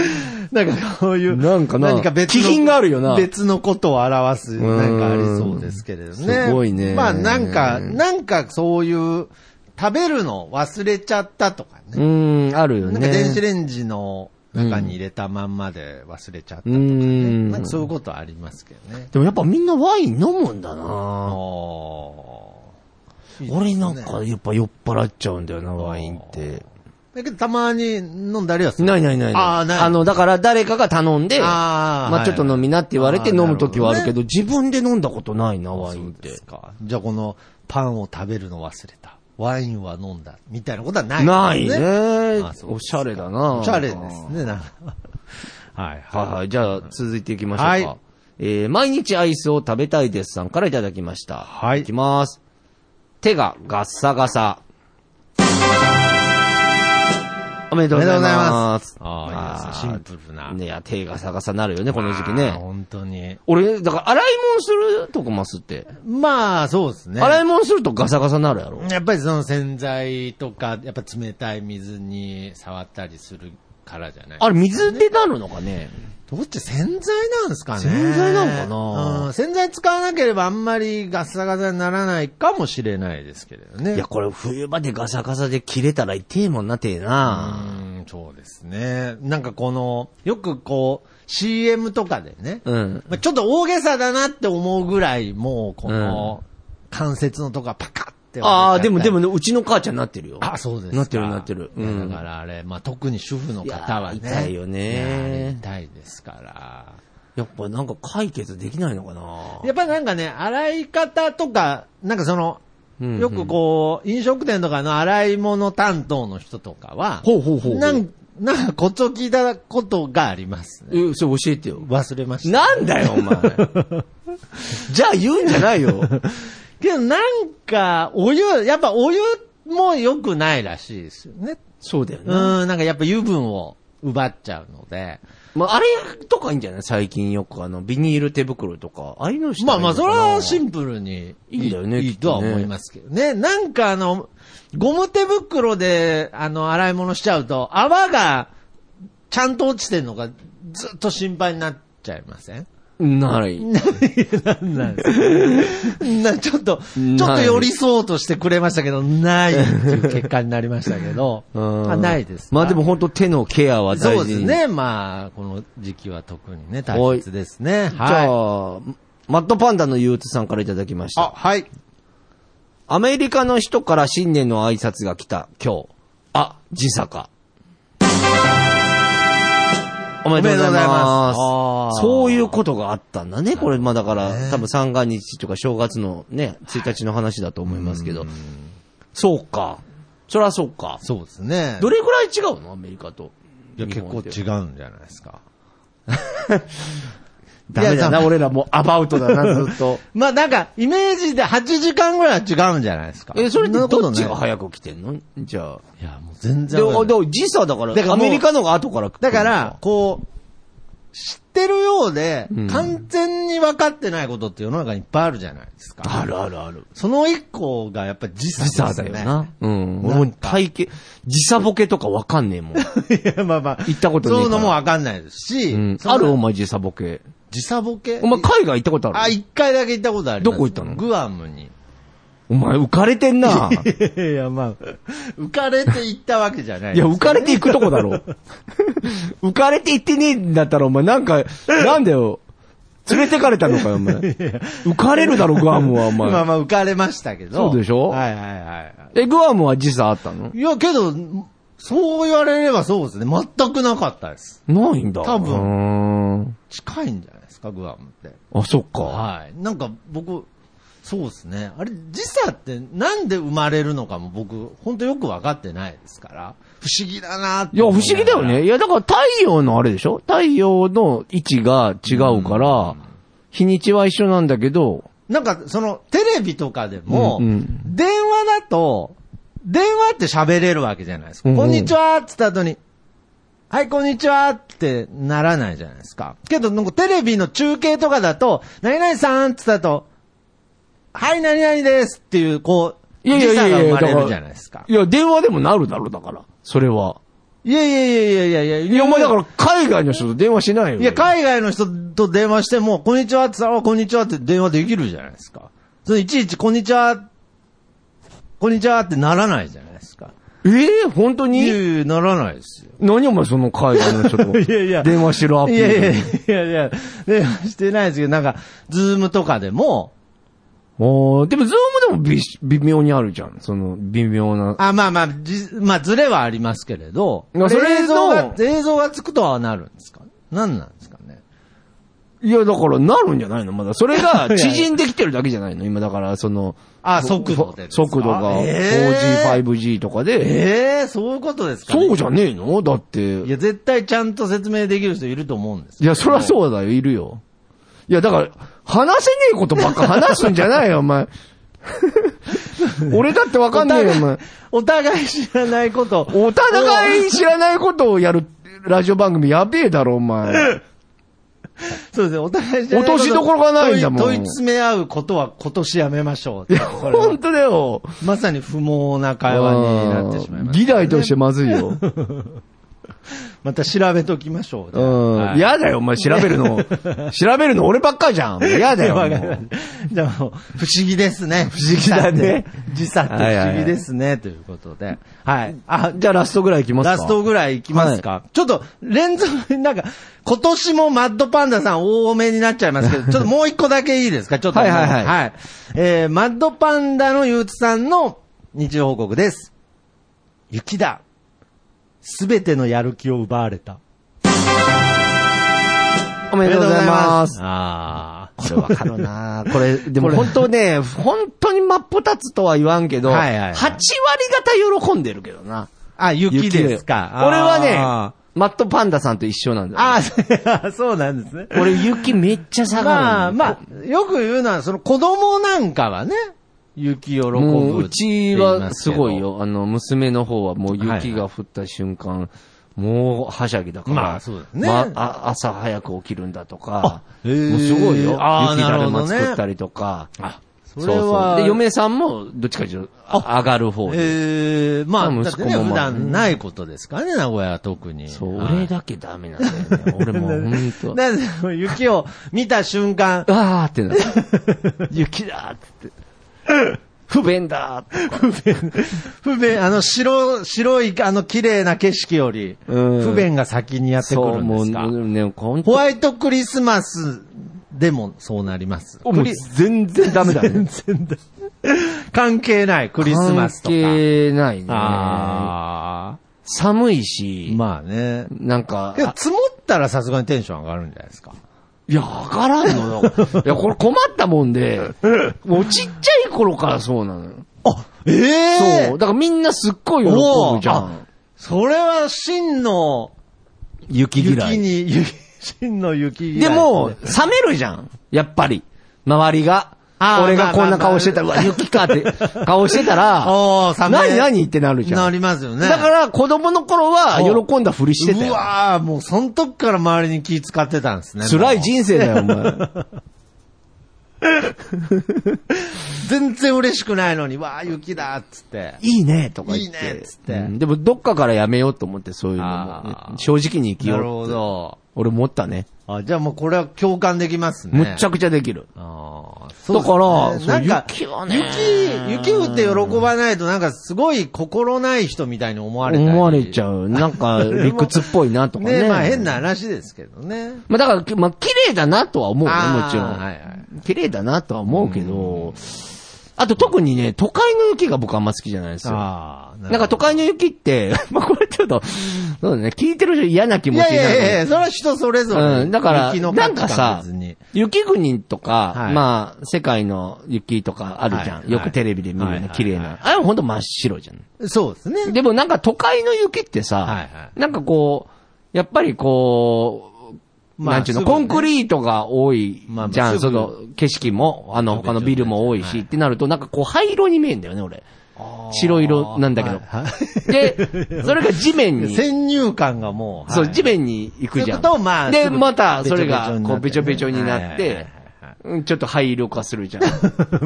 [SPEAKER 2] なんかこういう。
[SPEAKER 1] なんかな
[SPEAKER 2] 何か別の。
[SPEAKER 1] 気品があるよな
[SPEAKER 2] 別のことを表す、
[SPEAKER 1] ん
[SPEAKER 2] なんかありそうですけれどね。
[SPEAKER 1] すごいね
[SPEAKER 2] まあなんか、なんかそういう、食べるの忘れちゃったとか
[SPEAKER 1] う
[SPEAKER 2] ね。
[SPEAKER 1] ーん、あるよ
[SPEAKER 2] なんか電子
[SPEAKER 1] ね。
[SPEAKER 2] レンジの中に入れたまんまで忘れちゃったと
[SPEAKER 1] うー
[SPEAKER 2] かね。
[SPEAKER 1] ん
[SPEAKER 2] なんか。そういうことありますけどね。
[SPEAKER 1] でもやっぱみんなワイン飲むんだな
[SPEAKER 2] あー
[SPEAKER 1] 俺なんかやっぱ酔っ払っちゃうんだよな、ワインって。
[SPEAKER 2] だけどたまに飲んだりはする。
[SPEAKER 1] ないないないい。
[SPEAKER 2] あーない
[SPEAKER 1] あの、だから誰かが頼んで、
[SPEAKER 2] あー
[SPEAKER 1] ま
[SPEAKER 2] は
[SPEAKER 1] あ
[SPEAKER 2] い
[SPEAKER 1] ちょっと飲みなって言われて飲むときはあるけ
[SPEAKER 2] あーなるほ
[SPEAKER 1] ど、自分で飲んだことないな、ワインっ
[SPEAKER 2] で
[SPEAKER 1] て
[SPEAKER 2] す。か。じゃあこのパンを食べるの忘れた。ワインは飲んだ。みたいなことはない、
[SPEAKER 1] ないね
[SPEAKER 2] あ。そう
[SPEAKER 1] おしゃれだな。
[SPEAKER 2] おしゃれですね、なんかはい
[SPEAKER 1] はい
[SPEAKER 2] は
[SPEAKER 1] はい。じゃあ、続いていきましょうか。
[SPEAKER 2] はい
[SPEAKER 1] えー、毎日アイスを食べたいですさんからいただきました。
[SPEAKER 2] はい
[SPEAKER 1] いきます。手がガッサガサ。おめでとうございます。
[SPEAKER 2] い。ああ、いいですねシンプルな。
[SPEAKER 1] ねいや、手がガサガサなるよね、この時期
[SPEAKER 2] あー
[SPEAKER 1] ね。
[SPEAKER 2] 本当に。
[SPEAKER 1] 俺、だから洗い物するとこますって。
[SPEAKER 2] まあ、そうですね。
[SPEAKER 1] 洗い物するとガサガサなるやろ。
[SPEAKER 2] やっぱりその洗剤とか、やっぱ冷たい水に触ったりするからじゃない
[SPEAKER 1] あれ、水でなるのかね。
[SPEAKER 2] どっち洗剤なんですかね
[SPEAKER 1] 洗剤なのかな
[SPEAKER 2] うん、洗剤使わなければあんまりガッサガサにならないかもしれないですけれどね。
[SPEAKER 1] いや、これ冬場でガサガサで切れたら痛えもんな、てえな。
[SPEAKER 2] うんそうですね。なんかこの、よくこう、CM とかでね、
[SPEAKER 1] うん。
[SPEAKER 2] まあ、ちょっと大げさだなって思うぐらい、もうこの、関節のとかパカって。
[SPEAKER 1] ああ、でも、でも、ね、うちの母ちゃんなってるよ。
[SPEAKER 2] あ、そうですか
[SPEAKER 1] なってるなってる。う
[SPEAKER 2] いやだ
[SPEAKER 1] ん。
[SPEAKER 2] からあれ、まあ特に主婦の方はね。
[SPEAKER 1] いや痛いよね
[SPEAKER 2] いや痛いですから。
[SPEAKER 1] やっぱなんか解決できないのかな
[SPEAKER 2] やっぱりなんかね、洗い方とか、なんかその、
[SPEAKER 1] うんうん
[SPEAKER 2] よくこう、飲食店とかの洗い物担当の人とかは、
[SPEAKER 1] ほうほうほうほう
[SPEAKER 2] なんなんかコツを聞いたことがありますね。
[SPEAKER 1] え、それ教えてよ。
[SPEAKER 2] 忘れました。
[SPEAKER 1] なんだよ、お 前。じゃあ言うんじゃないよ。
[SPEAKER 2] けどなんか、お湯、やっぱお湯も良くないらしいですよね。
[SPEAKER 1] そうだよね。
[SPEAKER 2] うん、なんかやっぱ油分を奪っちゃうので。
[SPEAKER 1] まあ、あれとかいいんじゃない最近よくあの、ビニール手袋とか、ああいうのした
[SPEAKER 2] ま
[SPEAKER 1] ら
[SPEAKER 2] あ
[SPEAKER 1] いい
[SPEAKER 2] まあ、
[SPEAKER 1] のか
[SPEAKER 2] そ
[SPEAKER 1] な
[SPEAKER 2] れはシンプルに
[SPEAKER 1] いいんだよね
[SPEAKER 2] い
[SPEAKER 1] き
[SPEAKER 2] い
[SPEAKER 1] っと
[SPEAKER 2] と
[SPEAKER 1] ね
[SPEAKER 2] は思いますけどね。なんかあの、ゴム手袋で、あの、洗い物しちゃうと、泡がちゃんと落ちてんのがずっと心配になっちゃいません
[SPEAKER 1] ない。
[SPEAKER 2] なんなんですかな、ちょっと、
[SPEAKER 1] ない
[SPEAKER 2] ちょっと寄り添おうとしてくれましたけど、ないっていう結果になりましたけど、
[SPEAKER 1] うん
[SPEAKER 2] あないですか。
[SPEAKER 1] まあでも本当手のケアは大事
[SPEAKER 2] そう
[SPEAKER 1] に。
[SPEAKER 2] ですね。まあ、この時期は特にね、大切ですね。
[SPEAKER 1] じゃ
[SPEAKER 2] はい。
[SPEAKER 1] あ、マットパンダの憂鬱さんからいただきました。
[SPEAKER 2] あ、はい。
[SPEAKER 1] アメリカの人から新年の挨拶が来た今日。あ、時差か。おめでとうございます。
[SPEAKER 2] あー
[SPEAKER 1] そういうことがあったんだね。これ、まあだから、多分三が日とか正月のね、1日の話だと思いますけど。そうか。そりゃそうか。
[SPEAKER 2] そうですね。
[SPEAKER 1] どれくらい違うのアメリカと。
[SPEAKER 2] いや、結構
[SPEAKER 1] う。
[SPEAKER 2] 違うんじゃないで すか。
[SPEAKER 1] ダメだ
[SPEAKER 2] いや
[SPEAKER 1] な、
[SPEAKER 2] さ
[SPEAKER 1] 俺らもうアバウトだ な、ずっと。
[SPEAKER 2] まあなんか、イメージで8時間ぐらいは違うんじゃないですか。
[SPEAKER 1] え、それって
[SPEAKER 2] んなこと
[SPEAKER 1] どっち
[SPEAKER 2] ない
[SPEAKER 1] が早く来てんのじゃあ。
[SPEAKER 2] いや、もう全
[SPEAKER 1] で、
[SPEAKER 2] 然わか
[SPEAKER 1] あ
[SPEAKER 2] んない。
[SPEAKER 1] でも時差だから、
[SPEAKER 2] だから
[SPEAKER 1] ア
[SPEAKER 2] もう
[SPEAKER 1] メリカの方が後から来る
[SPEAKER 2] だ
[SPEAKER 1] の
[SPEAKER 2] から、、こう、知ってるようで
[SPEAKER 1] ん、
[SPEAKER 2] 完全に分かってないことって世の中にいっぱいあるじゃないですか。
[SPEAKER 1] あるあるある。
[SPEAKER 2] その一個がやっぱり時差
[SPEAKER 1] 時差
[SPEAKER 2] です
[SPEAKER 1] だ
[SPEAKER 2] ね。
[SPEAKER 1] よな。うん。俺
[SPEAKER 2] な
[SPEAKER 1] も
[SPEAKER 2] んか
[SPEAKER 1] 体型、時差ボケとかわかんねえもん。
[SPEAKER 2] いや、まあまあ。
[SPEAKER 1] 行ったことねえから
[SPEAKER 2] そういうのも分かんないですし、
[SPEAKER 1] うん
[SPEAKER 2] その
[SPEAKER 1] あるお前時差ボケ。
[SPEAKER 2] 時差ボケ
[SPEAKER 1] お前海外行ったことある
[SPEAKER 2] あ、一回だけ行ったことあります。
[SPEAKER 1] どこ行ったの
[SPEAKER 2] グアムに。
[SPEAKER 1] お前浮かれてんな。
[SPEAKER 2] いや、まあ、浮かれて行ったわけじゃな い
[SPEAKER 1] いや、浮かれていくとこだ ろ。浮かれて行ってねえんだったらお前なんか、なんだよ。連れてかれたのかよ、お前。浮かれるだろ、グアムは、お
[SPEAKER 2] まあ
[SPEAKER 1] 前。
[SPEAKER 2] まあ浮かれましたけど。
[SPEAKER 1] そうでしょ
[SPEAKER 2] はいはいは
[SPEAKER 1] え、グアムは時差あったの
[SPEAKER 2] い。いや、けど、そう言われればそうですね。全くなかったです。
[SPEAKER 1] ないんだ。
[SPEAKER 2] 多
[SPEAKER 1] 分。
[SPEAKER 2] 近いんじゃないですか、グアムって。
[SPEAKER 1] あ、そっか。
[SPEAKER 2] はい。なんか僕、そうですね。あれ、時差ってなんで生まれるのかも僕、本当よく分かってないですから。不思議だなって
[SPEAKER 1] いや、不思議だよね。。いや、だから太陽のあれでしょ太陽の位置が違うから、日にちは一緒なんだけど、
[SPEAKER 2] なんか、その、テレビとかでも、
[SPEAKER 1] うんうん
[SPEAKER 2] 電話だと、電話って喋れるわけじゃないですか。
[SPEAKER 1] うんうん
[SPEAKER 2] こんにちはって言った後に、はい、こんにちはってならないじゃないですか。けど、なんかテレビの中継とかだと、何々さんって言った後、はい、何々ですっていう、こう、
[SPEAKER 1] いやいやいやいや
[SPEAKER 2] 時差が生まれ
[SPEAKER 1] だから
[SPEAKER 2] るじゃないですか。
[SPEAKER 1] いや、電話でもなるだろ、だから。それは。
[SPEAKER 2] いやいやいやいやいやいや。
[SPEAKER 1] いや、お前だから海外の人と電話しないよ。
[SPEAKER 2] いや、海外の人と電話しても、こんにちはって言ったら、あこんにちはって電話できるじゃないですか。それいちいち、こんにちは、こんにちはってならないじゃないですか。
[SPEAKER 1] えー、本当
[SPEAKER 2] い
[SPEAKER 1] に
[SPEAKER 2] やいやならないですよ。
[SPEAKER 1] 何お前その海外の人と
[SPEAKER 2] いやいや
[SPEAKER 1] 電話してるアプ
[SPEAKER 2] い
[SPEAKER 1] リ。
[SPEAKER 2] やいやいやいや、電話してないですけど、なんか、ズームとかでも、
[SPEAKER 1] おーでも、ズームでもびし微妙にあるじゃん。その、微妙な。
[SPEAKER 2] あ、まあまあ、じまあ、ズレはありますけれど、
[SPEAKER 1] いやそれの
[SPEAKER 2] 映像が、映像がつくとはなるんですか何なんですかね。
[SPEAKER 1] いや、だから、なるんじゃないのまだ。それが、縮んできてるだけじゃないの今、だから、その、
[SPEAKER 2] あ、速度でですか
[SPEAKER 1] 速度が 4G、
[SPEAKER 2] えー
[SPEAKER 1] 5G とかで、
[SPEAKER 2] えー、そういうことですか、ね、
[SPEAKER 1] そうじゃねえのだって。
[SPEAKER 2] いや、絶対ちゃんと説明できる人いると思うんです
[SPEAKER 1] いや、そりゃそうだよ、いるよ。いや、だから、話せねえことばっか話すんじゃない よ、お前。俺だってわかんねえよ、お前。
[SPEAKER 2] お互い知らないこと。
[SPEAKER 1] お互い知らないことをやるラジオ番組やべえだろ、お 前。
[SPEAKER 2] そうですね、お互い知らないこと。
[SPEAKER 1] 落としどころがないんだもん
[SPEAKER 2] 問い問い詰め合うことは今年やめましょう。
[SPEAKER 1] いや、
[SPEAKER 2] これは
[SPEAKER 1] 本当だよ。
[SPEAKER 2] まさに不毛な会話になってしまいます、
[SPEAKER 1] 議題としてまずいよ。
[SPEAKER 2] また調べときましょう。
[SPEAKER 1] う
[SPEAKER 2] は
[SPEAKER 1] ん。
[SPEAKER 2] い
[SPEAKER 1] 嫌だよ、お前調べるの。調べるの俺ばっかじゃん。嫌だよ。も
[SPEAKER 2] わ
[SPEAKER 1] う
[SPEAKER 2] かりましたじゃあもう、不思議ですね。不
[SPEAKER 1] 思議だね。
[SPEAKER 2] 時差って不思議ですね、ということで。 はい。あ、
[SPEAKER 1] じゃあラストぐらいいきますか。
[SPEAKER 2] ラストぐらいいきますか、ちょっと、連続、なんか、今年もマッドパンダさん多めになっちゃいますけど、ちょっともう一個だけいいですかちょっとも
[SPEAKER 1] は
[SPEAKER 2] う。
[SPEAKER 1] いはいはい
[SPEAKER 2] えー、マッドパンダの憂鬱さんの日常報告です。雪だ。すべてのやる気を奪われた。
[SPEAKER 1] おめでとうございます。
[SPEAKER 2] ああ。
[SPEAKER 1] これわかる なこれ、でも本当ね、本当に真っ二つとは言わんけど、
[SPEAKER 2] はいはいはい
[SPEAKER 1] 8割方喜んでるけどな。
[SPEAKER 2] あ、雪ですか。
[SPEAKER 1] これは
[SPEAKER 2] あ
[SPEAKER 1] ね、マットパンダさんと一緒なんだよ。
[SPEAKER 2] ーあー、 そうなんですね。
[SPEAKER 1] これ雪めっちゃ下がる。
[SPEAKER 2] まあまあ、よく言うのは、その子供なんかはね、雪喜ぶ。
[SPEAKER 1] もう、うちはすごい。よ。あの、娘の方はもう雪が降った瞬間、もうはしゃぎだから。
[SPEAKER 2] まあそうですね
[SPEAKER 1] あ朝早く起きるんだとか。
[SPEAKER 2] あへー
[SPEAKER 1] もうすごいよ。
[SPEAKER 2] あー
[SPEAKER 1] 雪だる
[SPEAKER 2] なる
[SPEAKER 1] ま
[SPEAKER 2] ほどね
[SPEAKER 1] 作ったりとか。
[SPEAKER 2] あ、そうれ
[SPEAKER 1] う
[SPEAKER 2] は。
[SPEAKER 1] で、嫁さんも、どっちかというと、あ上がる方で。
[SPEAKER 2] ええまあ、
[SPEAKER 1] まあ
[SPEAKER 2] だって
[SPEAKER 1] 息
[SPEAKER 2] ね、
[SPEAKER 1] 子も
[SPEAKER 2] 普
[SPEAKER 1] まあ
[SPEAKER 2] 段ないことですからね、名古屋は特に。
[SPEAKER 1] そう、
[SPEAKER 2] はい
[SPEAKER 1] 俺だけダメ なんだよね。俺もう本当。
[SPEAKER 2] なんで、もう雪を見た瞬間、
[SPEAKER 1] あーってなる。 雪だーって。 不便だーって。
[SPEAKER 2] 不便、不便、あの、白、白い、あの、綺麗な景色より、
[SPEAKER 1] うん
[SPEAKER 2] 不便が先にやってく
[SPEAKER 1] そ
[SPEAKER 2] る
[SPEAKER 1] う、
[SPEAKER 2] ん
[SPEAKER 1] も
[SPEAKER 2] で
[SPEAKER 1] う
[SPEAKER 2] すか。
[SPEAKER 1] ね、本
[SPEAKER 2] ホ
[SPEAKER 1] 当
[SPEAKER 2] ワイトクリスマスでもそうなります。
[SPEAKER 1] もう全然ダメだね。
[SPEAKER 2] 全然だ。関係ない、クリスマスとか。
[SPEAKER 1] 関係ないね。
[SPEAKER 2] あ
[SPEAKER 1] 寒い
[SPEAKER 2] あ。
[SPEAKER 1] し、
[SPEAKER 2] まあね。
[SPEAKER 1] なんか、
[SPEAKER 2] けど
[SPEAKER 1] あ
[SPEAKER 2] 積もったらさすがにテンション上がるんじゃないですか。
[SPEAKER 1] いや、わからんのよ。 いや、これ困ったもんで、もうちっちゃい頃からそうなのよ。
[SPEAKER 2] あ、ええ
[SPEAKER 1] そう。だからみんなすっごい喜ぶじゃ
[SPEAKER 2] おー
[SPEAKER 1] ん。
[SPEAKER 2] それは真の
[SPEAKER 1] 雪
[SPEAKER 2] 雪に、雪真の雪嫌い
[SPEAKER 1] でも、冷めるじゃん。やっぱり。周りが。
[SPEAKER 2] あー
[SPEAKER 1] 俺がこん
[SPEAKER 2] まあま
[SPEAKER 1] な
[SPEAKER 2] あまあ
[SPEAKER 1] 顔してたら、うわ、雪かって顔してた
[SPEAKER 2] お
[SPEAKER 1] ら
[SPEAKER 2] ー、寒い
[SPEAKER 1] 何何ってなるじゃん。
[SPEAKER 2] なりますよね。
[SPEAKER 1] だから子供の頃は
[SPEAKER 2] お
[SPEAKER 1] 喜んだふりしてた
[SPEAKER 2] う
[SPEAKER 1] よ。
[SPEAKER 2] わーもうその時から周りに気使ってたんですね。
[SPEAKER 1] 辛い
[SPEAKER 2] も
[SPEAKER 1] 人生だよ、お前。
[SPEAKER 2] う全然嬉しくないのに、わー雪だっつって。
[SPEAKER 1] いいねとか言って。
[SPEAKER 2] いいねっつって
[SPEAKER 1] うんでも、どっかからやめようと思って、そういうの
[SPEAKER 2] あ
[SPEAKER 1] も。
[SPEAKER 2] ー
[SPEAKER 1] 正直に生き
[SPEAKER 2] な
[SPEAKER 1] よ
[SPEAKER 2] る
[SPEAKER 1] う。
[SPEAKER 2] ほど。
[SPEAKER 1] 俺思ったね。
[SPEAKER 2] あ、じゃあもうこれは共感できますね。
[SPEAKER 1] むっちゃくちゃできる。
[SPEAKER 2] ああ、そ
[SPEAKER 1] だから、
[SPEAKER 2] うですね
[SPEAKER 1] そう
[SPEAKER 2] なんか、
[SPEAKER 1] 雪
[SPEAKER 2] 雪
[SPEAKER 1] はね。
[SPEAKER 2] 雪、雪降って喜ばないとなんかすごい心ない人みたいに思われたり
[SPEAKER 1] 思われちゃう。なんか、理屈っぽいなとかね。
[SPEAKER 2] ね まあ変な話ですけどね。
[SPEAKER 1] まあだから、まあ綺麗だなとは思うよ、
[SPEAKER 2] あー
[SPEAKER 1] もちろ
[SPEAKER 2] はいは
[SPEAKER 1] ん。綺麗だなとは思うけど、あと特にね、都会の雪が僕あんま好きじゃないんですよ。
[SPEAKER 2] ああ、
[SPEAKER 1] なんか都会の雪って、 まあこれちょっと、そうだね、聞いてる人嫌な気
[SPEAKER 2] い
[SPEAKER 1] 持ち
[SPEAKER 2] や
[SPEAKER 1] に
[SPEAKER 2] い
[SPEAKER 1] なる。
[SPEAKER 2] やいや、それは人それぞれ。
[SPEAKER 1] うん、だから、
[SPEAKER 2] 雪の
[SPEAKER 1] な
[SPEAKER 2] 価値
[SPEAKER 1] んか
[SPEAKER 2] 観
[SPEAKER 1] さ
[SPEAKER 2] 別に、
[SPEAKER 1] 雪国とか、
[SPEAKER 2] はい
[SPEAKER 1] まあ、世界の雪とかあるじゃん。
[SPEAKER 2] はい
[SPEAKER 1] よくテレビで見る
[SPEAKER 2] はい
[SPEAKER 1] の、
[SPEAKER 2] はい
[SPEAKER 1] 綺麗
[SPEAKER 2] はい
[SPEAKER 1] な。あれもほんと真っ白じゃん。
[SPEAKER 2] そうですね。
[SPEAKER 1] でもなんか都会の雪ってさ、
[SPEAKER 2] はいは
[SPEAKER 1] なんかこう、やっぱりこう、
[SPEAKER 2] まあ
[SPEAKER 1] なんちゅうの、
[SPEAKER 2] すぐね
[SPEAKER 1] コンクリートが多い
[SPEAKER 2] まあまあ
[SPEAKER 1] じゃん、
[SPEAKER 2] すぐ
[SPEAKER 1] その景色も、あの他のビルも多いし、
[SPEAKER 2] はい
[SPEAKER 1] ってなると、なんかこう灰色に見えんだよね、俺。白色なんだけど。
[SPEAKER 2] はい
[SPEAKER 1] で、それが地面 に。
[SPEAKER 2] 先入観がもう。
[SPEAKER 1] そう、
[SPEAKER 2] はい
[SPEAKER 1] 地面に行くじゃん。
[SPEAKER 2] そういうことをまあす
[SPEAKER 1] で、
[SPEAKER 2] ぐ
[SPEAKER 1] また、それが、こう、べ
[SPEAKER 2] べ
[SPEAKER 1] ち
[SPEAKER 2] ち
[SPEAKER 1] ょ
[SPEAKER 2] ょ
[SPEAKER 1] べ
[SPEAKER 2] べ
[SPEAKER 1] ち
[SPEAKER 2] ち
[SPEAKER 1] ょ
[SPEAKER 2] ょ
[SPEAKER 1] に
[SPEAKER 2] に
[SPEAKER 1] な
[SPEAKER 2] な
[SPEAKER 1] っ
[SPEAKER 2] ってて、
[SPEAKER 1] うんちょっと灰色化するじ ゃん。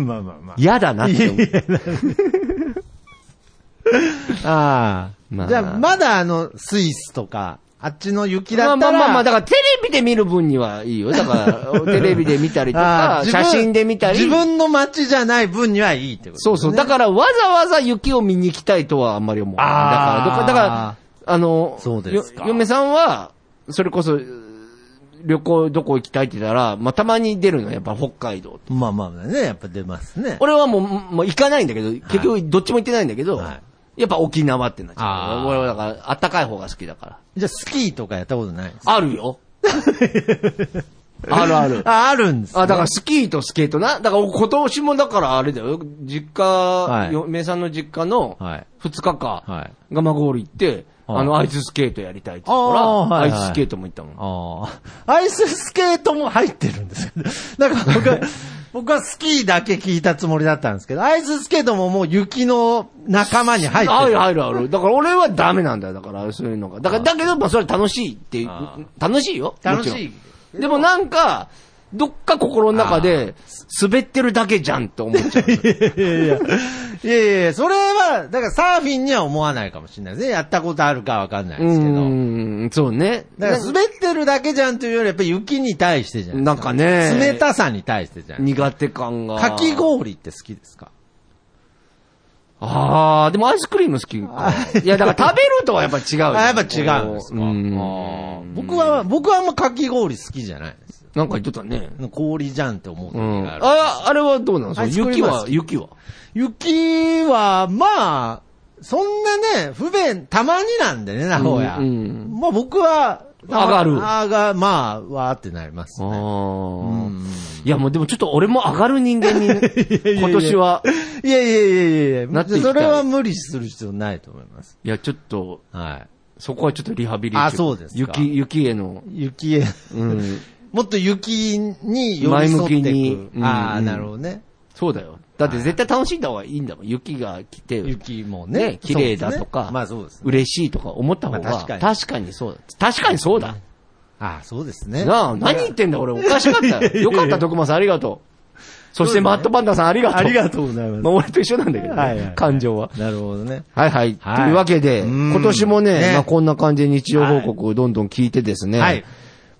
[SPEAKER 2] まあまあまあ。
[SPEAKER 1] 嫌だなって思う。
[SPEAKER 2] あ
[SPEAKER 1] まあ
[SPEAKER 2] あ。じゃあ、まだあの、スイスとか、あっちの雪だ
[SPEAKER 1] まあ
[SPEAKER 2] っ
[SPEAKER 1] ま
[SPEAKER 2] た
[SPEAKER 1] あ
[SPEAKER 2] ら。
[SPEAKER 1] まあまあ、だからテレビで見る分にはいいよ。だ から、テレビで見たりと
[SPEAKER 2] あ
[SPEAKER 1] か
[SPEAKER 2] ー、自
[SPEAKER 1] 写
[SPEAKER 2] 分
[SPEAKER 1] 真で見たり。
[SPEAKER 2] 自分の街じゃない分にはいいってことです
[SPEAKER 1] そ
[SPEAKER 2] ね
[SPEAKER 1] うそう。だから、わざわざ雪を見に行きたいとはあんまり思う。だ
[SPEAKER 2] あ
[SPEAKER 1] から、
[SPEAKER 2] ー
[SPEAKER 1] だから、あの、
[SPEAKER 2] そうですか
[SPEAKER 1] よ嫁さんは、それこそ、旅行どこ行きたいって言ったら、まあ、たまに出るのはやっぱ北海道
[SPEAKER 2] まあまあね、やっぱ出ますね。
[SPEAKER 1] 俺はもう、もう行かないんだけど、結局どっちも行ってないんだけど、
[SPEAKER 2] はい
[SPEAKER 1] やっぱ沖縄ってなっちゃ
[SPEAKER 2] あ
[SPEAKER 1] う。
[SPEAKER 2] ー
[SPEAKER 1] 俺はだから、あったかい方が好きだ から。
[SPEAKER 2] じゃあスキーとかやったことないです
[SPEAKER 1] あるよ。あるある。
[SPEAKER 2] あ、あるんですね
[SPEAKER 1] あ、だからスキーとスケートな。だから今年もだからあれだよ。実家、
[SPEAKER 2] い
[SPEAKER 1] 嫁さんの実家の
[SPEAKER 2] はい
[SPEAKER 1] 2日間、
[SPEAKER 2] は
[SPEAKER 1] 蒲郡行って、
[SPEAKER 2] はい
[SPEAKER 1] あの、アイススケートやりたいって言った
[SPEAKER 2] あー
[SPEAKER 1] から、
[SPEAKER 2] はいはい
[SPEAKER 1] アイススケートも行ったもん。
[SPEAKER 2] ああ。アイススケートも入ってるんですよ。 なんか 僕は、僕はスキーだけ聞いたつもりだったんですけど、アイススケートももう雪の仲間に入って
[SPEAKER 1] ある
[SPEAKER 2] る。
[SPEAKER 1] あるある。だから俺はダメなんだよ。だからそういうのが。だから、だけど、まあそれは楽しいっていう
[SPEAKER 2] あ、
[SPEAKER 1] 楽しいよ。も
[SPEAKER 2] 楽
[SPEAKER 1] ちろん
[SPEAKER 2] しい。
[SPEAKER 1] でもなんか、どっか心の中で、滑ってるだけじゃんって思っちゃう。
[SPEAKER 2] いやいや。いやいやいやそれは、だからサーフィンには思わないかもしれないですね。やったことあるかわかんないで
[SPEAKER 1] う
[SPEAKER 2] すけど。
[SPEAKER 1] ーん、そうね。
[SPEAKER 2] だから滑ってるだけじゃんというより、やっぱり雪に対してじゃない
[SPEAKER 1] なんかね、
[SPEAKER 2] 冷たさに対してじゃない
[SPEAKER 1] 苦手感が。
[SPEAKER 2] かき。氷って好きですか
[SPEAKER 1] あー、でもアイスクリーム好きか。いや、だから食べるとはやっぱ違うよ。
[SPEAKER 2] あやっぱ違うんです
[SPEAKER 1] う
[SPEAKER 2] か
[SPEAKER 1] ん
[SPEAKER 2] あー僕は、僕はあんまかき氷好きじゃないです。
[SPEAKER 1] なんか言ってたね。
[SPEAKER 2] 氷じゃんって思う時
[SPEAKER 1] うん。
[SPEAKER 2] がある。
[SPEAKER 1] あ、あれはどうなのそ
[SPEAKER 2] ア
[SPEAKER 1] の
[SPEAKER 2] イスクリ
[SPEAKER 1] 雪
[SPEAKER 2] ームは
[SPEAKER 1] は
[SPEAKER 2] 好、き
[SPEAKER 1] 雪は。
[SPEAKER 2] 雪は、まあ、そんなね、不便、たまになんでね、名古屋。
[SPEAKER 1] うんう
[SPEAKER 2] まあ僕は、
[SPEAKER 1] 上がる。あ
[SPEAKER 2] 上が、まあ、わーってなります
[SPEAKER 1] あ
[SPEAKER 2] ね。
[SPEAKER 1] ー。いや、もうでもちょっと俺も上がる人 間に、今年は、
[SPEAKER 2] いやいやいやいやい
[SPEAKER 1] な
[SPEAKER 2] や、
[SPEAKER 1] っていきたい
[SPEAKER 2] それは無理する必要ないと思います。
[SPEAKER 1] いや、ちょっと、
[SPEAKER 2] は
[SPEAKER 1] そこはちょっとリハビリ中
[SPEAKER 2] あそうですか
[SPEAKER 1] 雪、雪への、
[SPEAKER 2] い。雪へ、
[SPEAKER 1] うん、
[SPEAKER 2] もっと雪に寄り添って
[SPEAKER 1] 前向きに
[SPEAKER 2] い
[SPEAKER 1] うん
[SPEAKER 2] く。ああ、なるほどね。
[SPEAKER 1] そうだよ。だって絶対楽しんだ方がいいんだもん。雪が来て、
[SPEAKER 2] 雪も
[SPEAKER 1] ね
[SPEAKER 2] ね。、
[SPEAKER 1] 綺麗だとか、
[SPEAKER 2] まあそうですね。
[SPEAKER 1] 嬉しいとか思った方
[SPEAKER 2] まあ
[SPEAKER 1] が、
[SPEAKER 2] 確かに
[SPEAKER 1] 確かにそうだ。確かにそうだ。
[SPEAKER 2] ああ、そうですね。
[SPEAKER 1] なあ、何言ってんだ俺、おかしかったよ。 よかった、徳間さん、ありがとう。そして、マットパンダさん、ありがとう。
[SPEAKER 2] ありがとうございます
[SPEAKER 1] まあ、俺と一緒なんだけどね、
[SPEAKER 2] はいはいはい
[SPEAKER 1] 感情は。
[SPEAKER 2] なるほどね。
[SPEAKER 1] はいはい。
[SPEAKER 2] はい
[SPEAKER 1] というわけで、
[SPEAKER 2] うん
[SPEAKER 1] 今年もね、
[SPEAKER 2] ね
[SPEAKER 1] まあ、こんな感じで日常報告をどんどん聞いてですね、
[SPEAKER 2] はい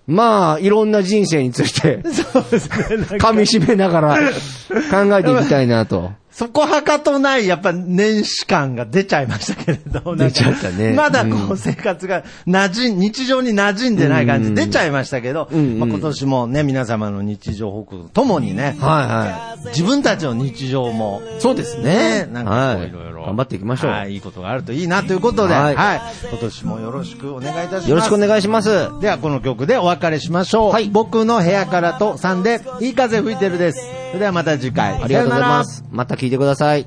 [SPEAKER 1] まあ、いろんな人生について、
[SPEAKER 2] そうですね。 なんか
[SPEAKER 1] 噛み締めながら考えていきたいなと。
[SPEAKER 2] そこはかとない、やっぱ年始感が出ちゃいましたけれど。なんか
[SPEAKER 1] 出ちゃったね
[SPEAKER 2] まだこう生活が馴染ん、日常に馴染んでない感じ出ちゃいましたけど、
[SPEAKER 1] んうん
[SPEAKER 2] まあ、今年もね、皆様の日常報告とともにね、
[SPEAKER 1] は
[SPEAKER 2] 自分たちの日常も、
[SPEAKER 1] そうです
[SPEAKER 2] ね
[SPEAKER 1] ね。
[SPEAKER 2] なんかこ
[SPEAKER 1] は
[SPEAKER 2] う
[SPEAKER 1] い
[SPEAKER 2] いろいろ、
[SPEAKER 1] 頑張っていきましょう
[SPEAKER 2] はい、いいことがあるといいなということで、
[SPEAKER 1] は
[SPEAKER 2] はいい、今年もよろしくお願いいたします。
[SPEAKER 1] よろしくお願いします。
[SPEAKER 2] ではこの曲でお別れしましょう。
[SPEAKER 1] はい
[SPEAKER 2] 僕の部屋からと3で、いい風吹いてるです。それではまた次回。
[SPEAKER 1] ありがとうござい
[SPEAKER 2] さよな
[SPEAKER 1] ま
[SPEAKER 2] ら。
[SPEAKER 1] す。また聞いてください。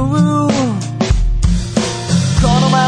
[SPEAKER 4] このま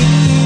[SPEAKER 4] い